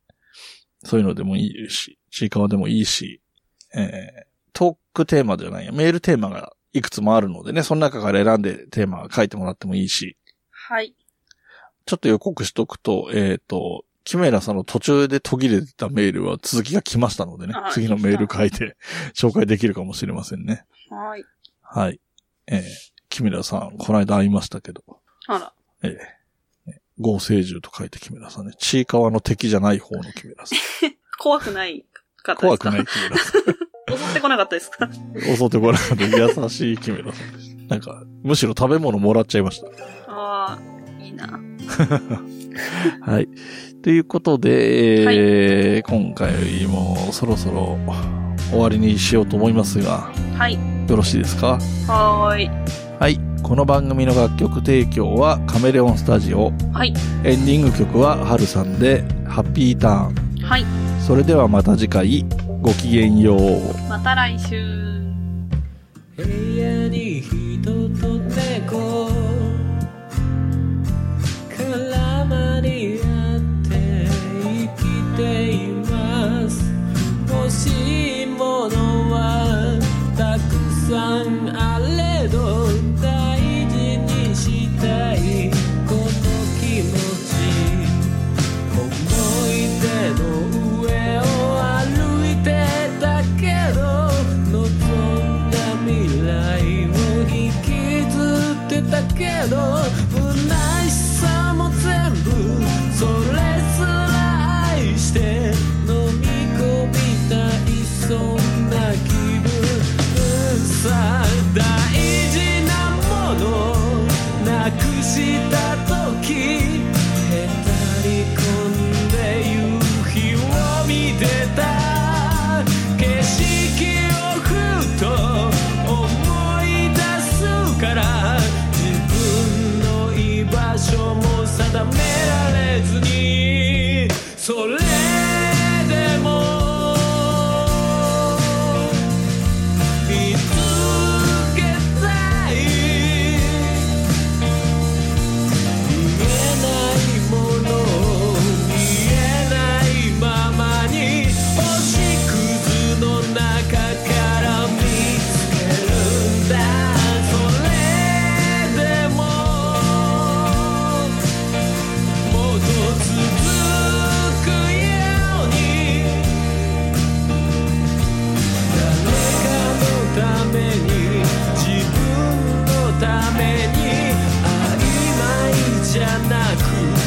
そういうのでもいいし、ちいかわでもいいし、えー、トークテーマじゃないや、メールテーマがいくつもあるのでね、その中から選んでテーマ書いてもらってもいいし、はい。ちょっと予告しとくと、えっ、と、キメラさんの途中で途切れてたメールは続きが来ましたのでねあ、次のメール書いて紹介できるかもしれませんね。はい。はい。えー、キメラさん、この間会いましたけど、あら。えー、合成獣と書いてキメラさんね、ちいかわの敵じゃない方のキメラさん。怖くないかったで怖すくかないキメラさん。襲ってこなかったですか 襲ってこなくて優しいキメラさんでした。なんか、むしろ食べ物もらっちゃいました。ああ、いいな。はい。ということで、えー今回もそろそろ終わりにしようと思いますが、はい。よろしいですかはーい。はい。この番組の楽曲提供はカメレオンスタジオ。はい。エンディング曲はハルさんで、ハッピーターン。はい。それではまた次回、ごきげんよう。また来週。部屋に人と猫絡まり合って生きています欲しいものはたくさんあれど大事にしたいこの気持ち思い出の上を歩いてたけど望んだ未来を引きずってたけど不悔しさも全部それすら愛して飲み込みたいそんな気分さ大事なものなくした時へたり込んで夕日を見てた景色をふと思い出すから自分の居場所も定められずにそれでも「見つけたい」「見えないものを見えないままに星屑の中から見つけるんだ」「それでももっと続くように」誰かのために自分のために曖昧じゃなく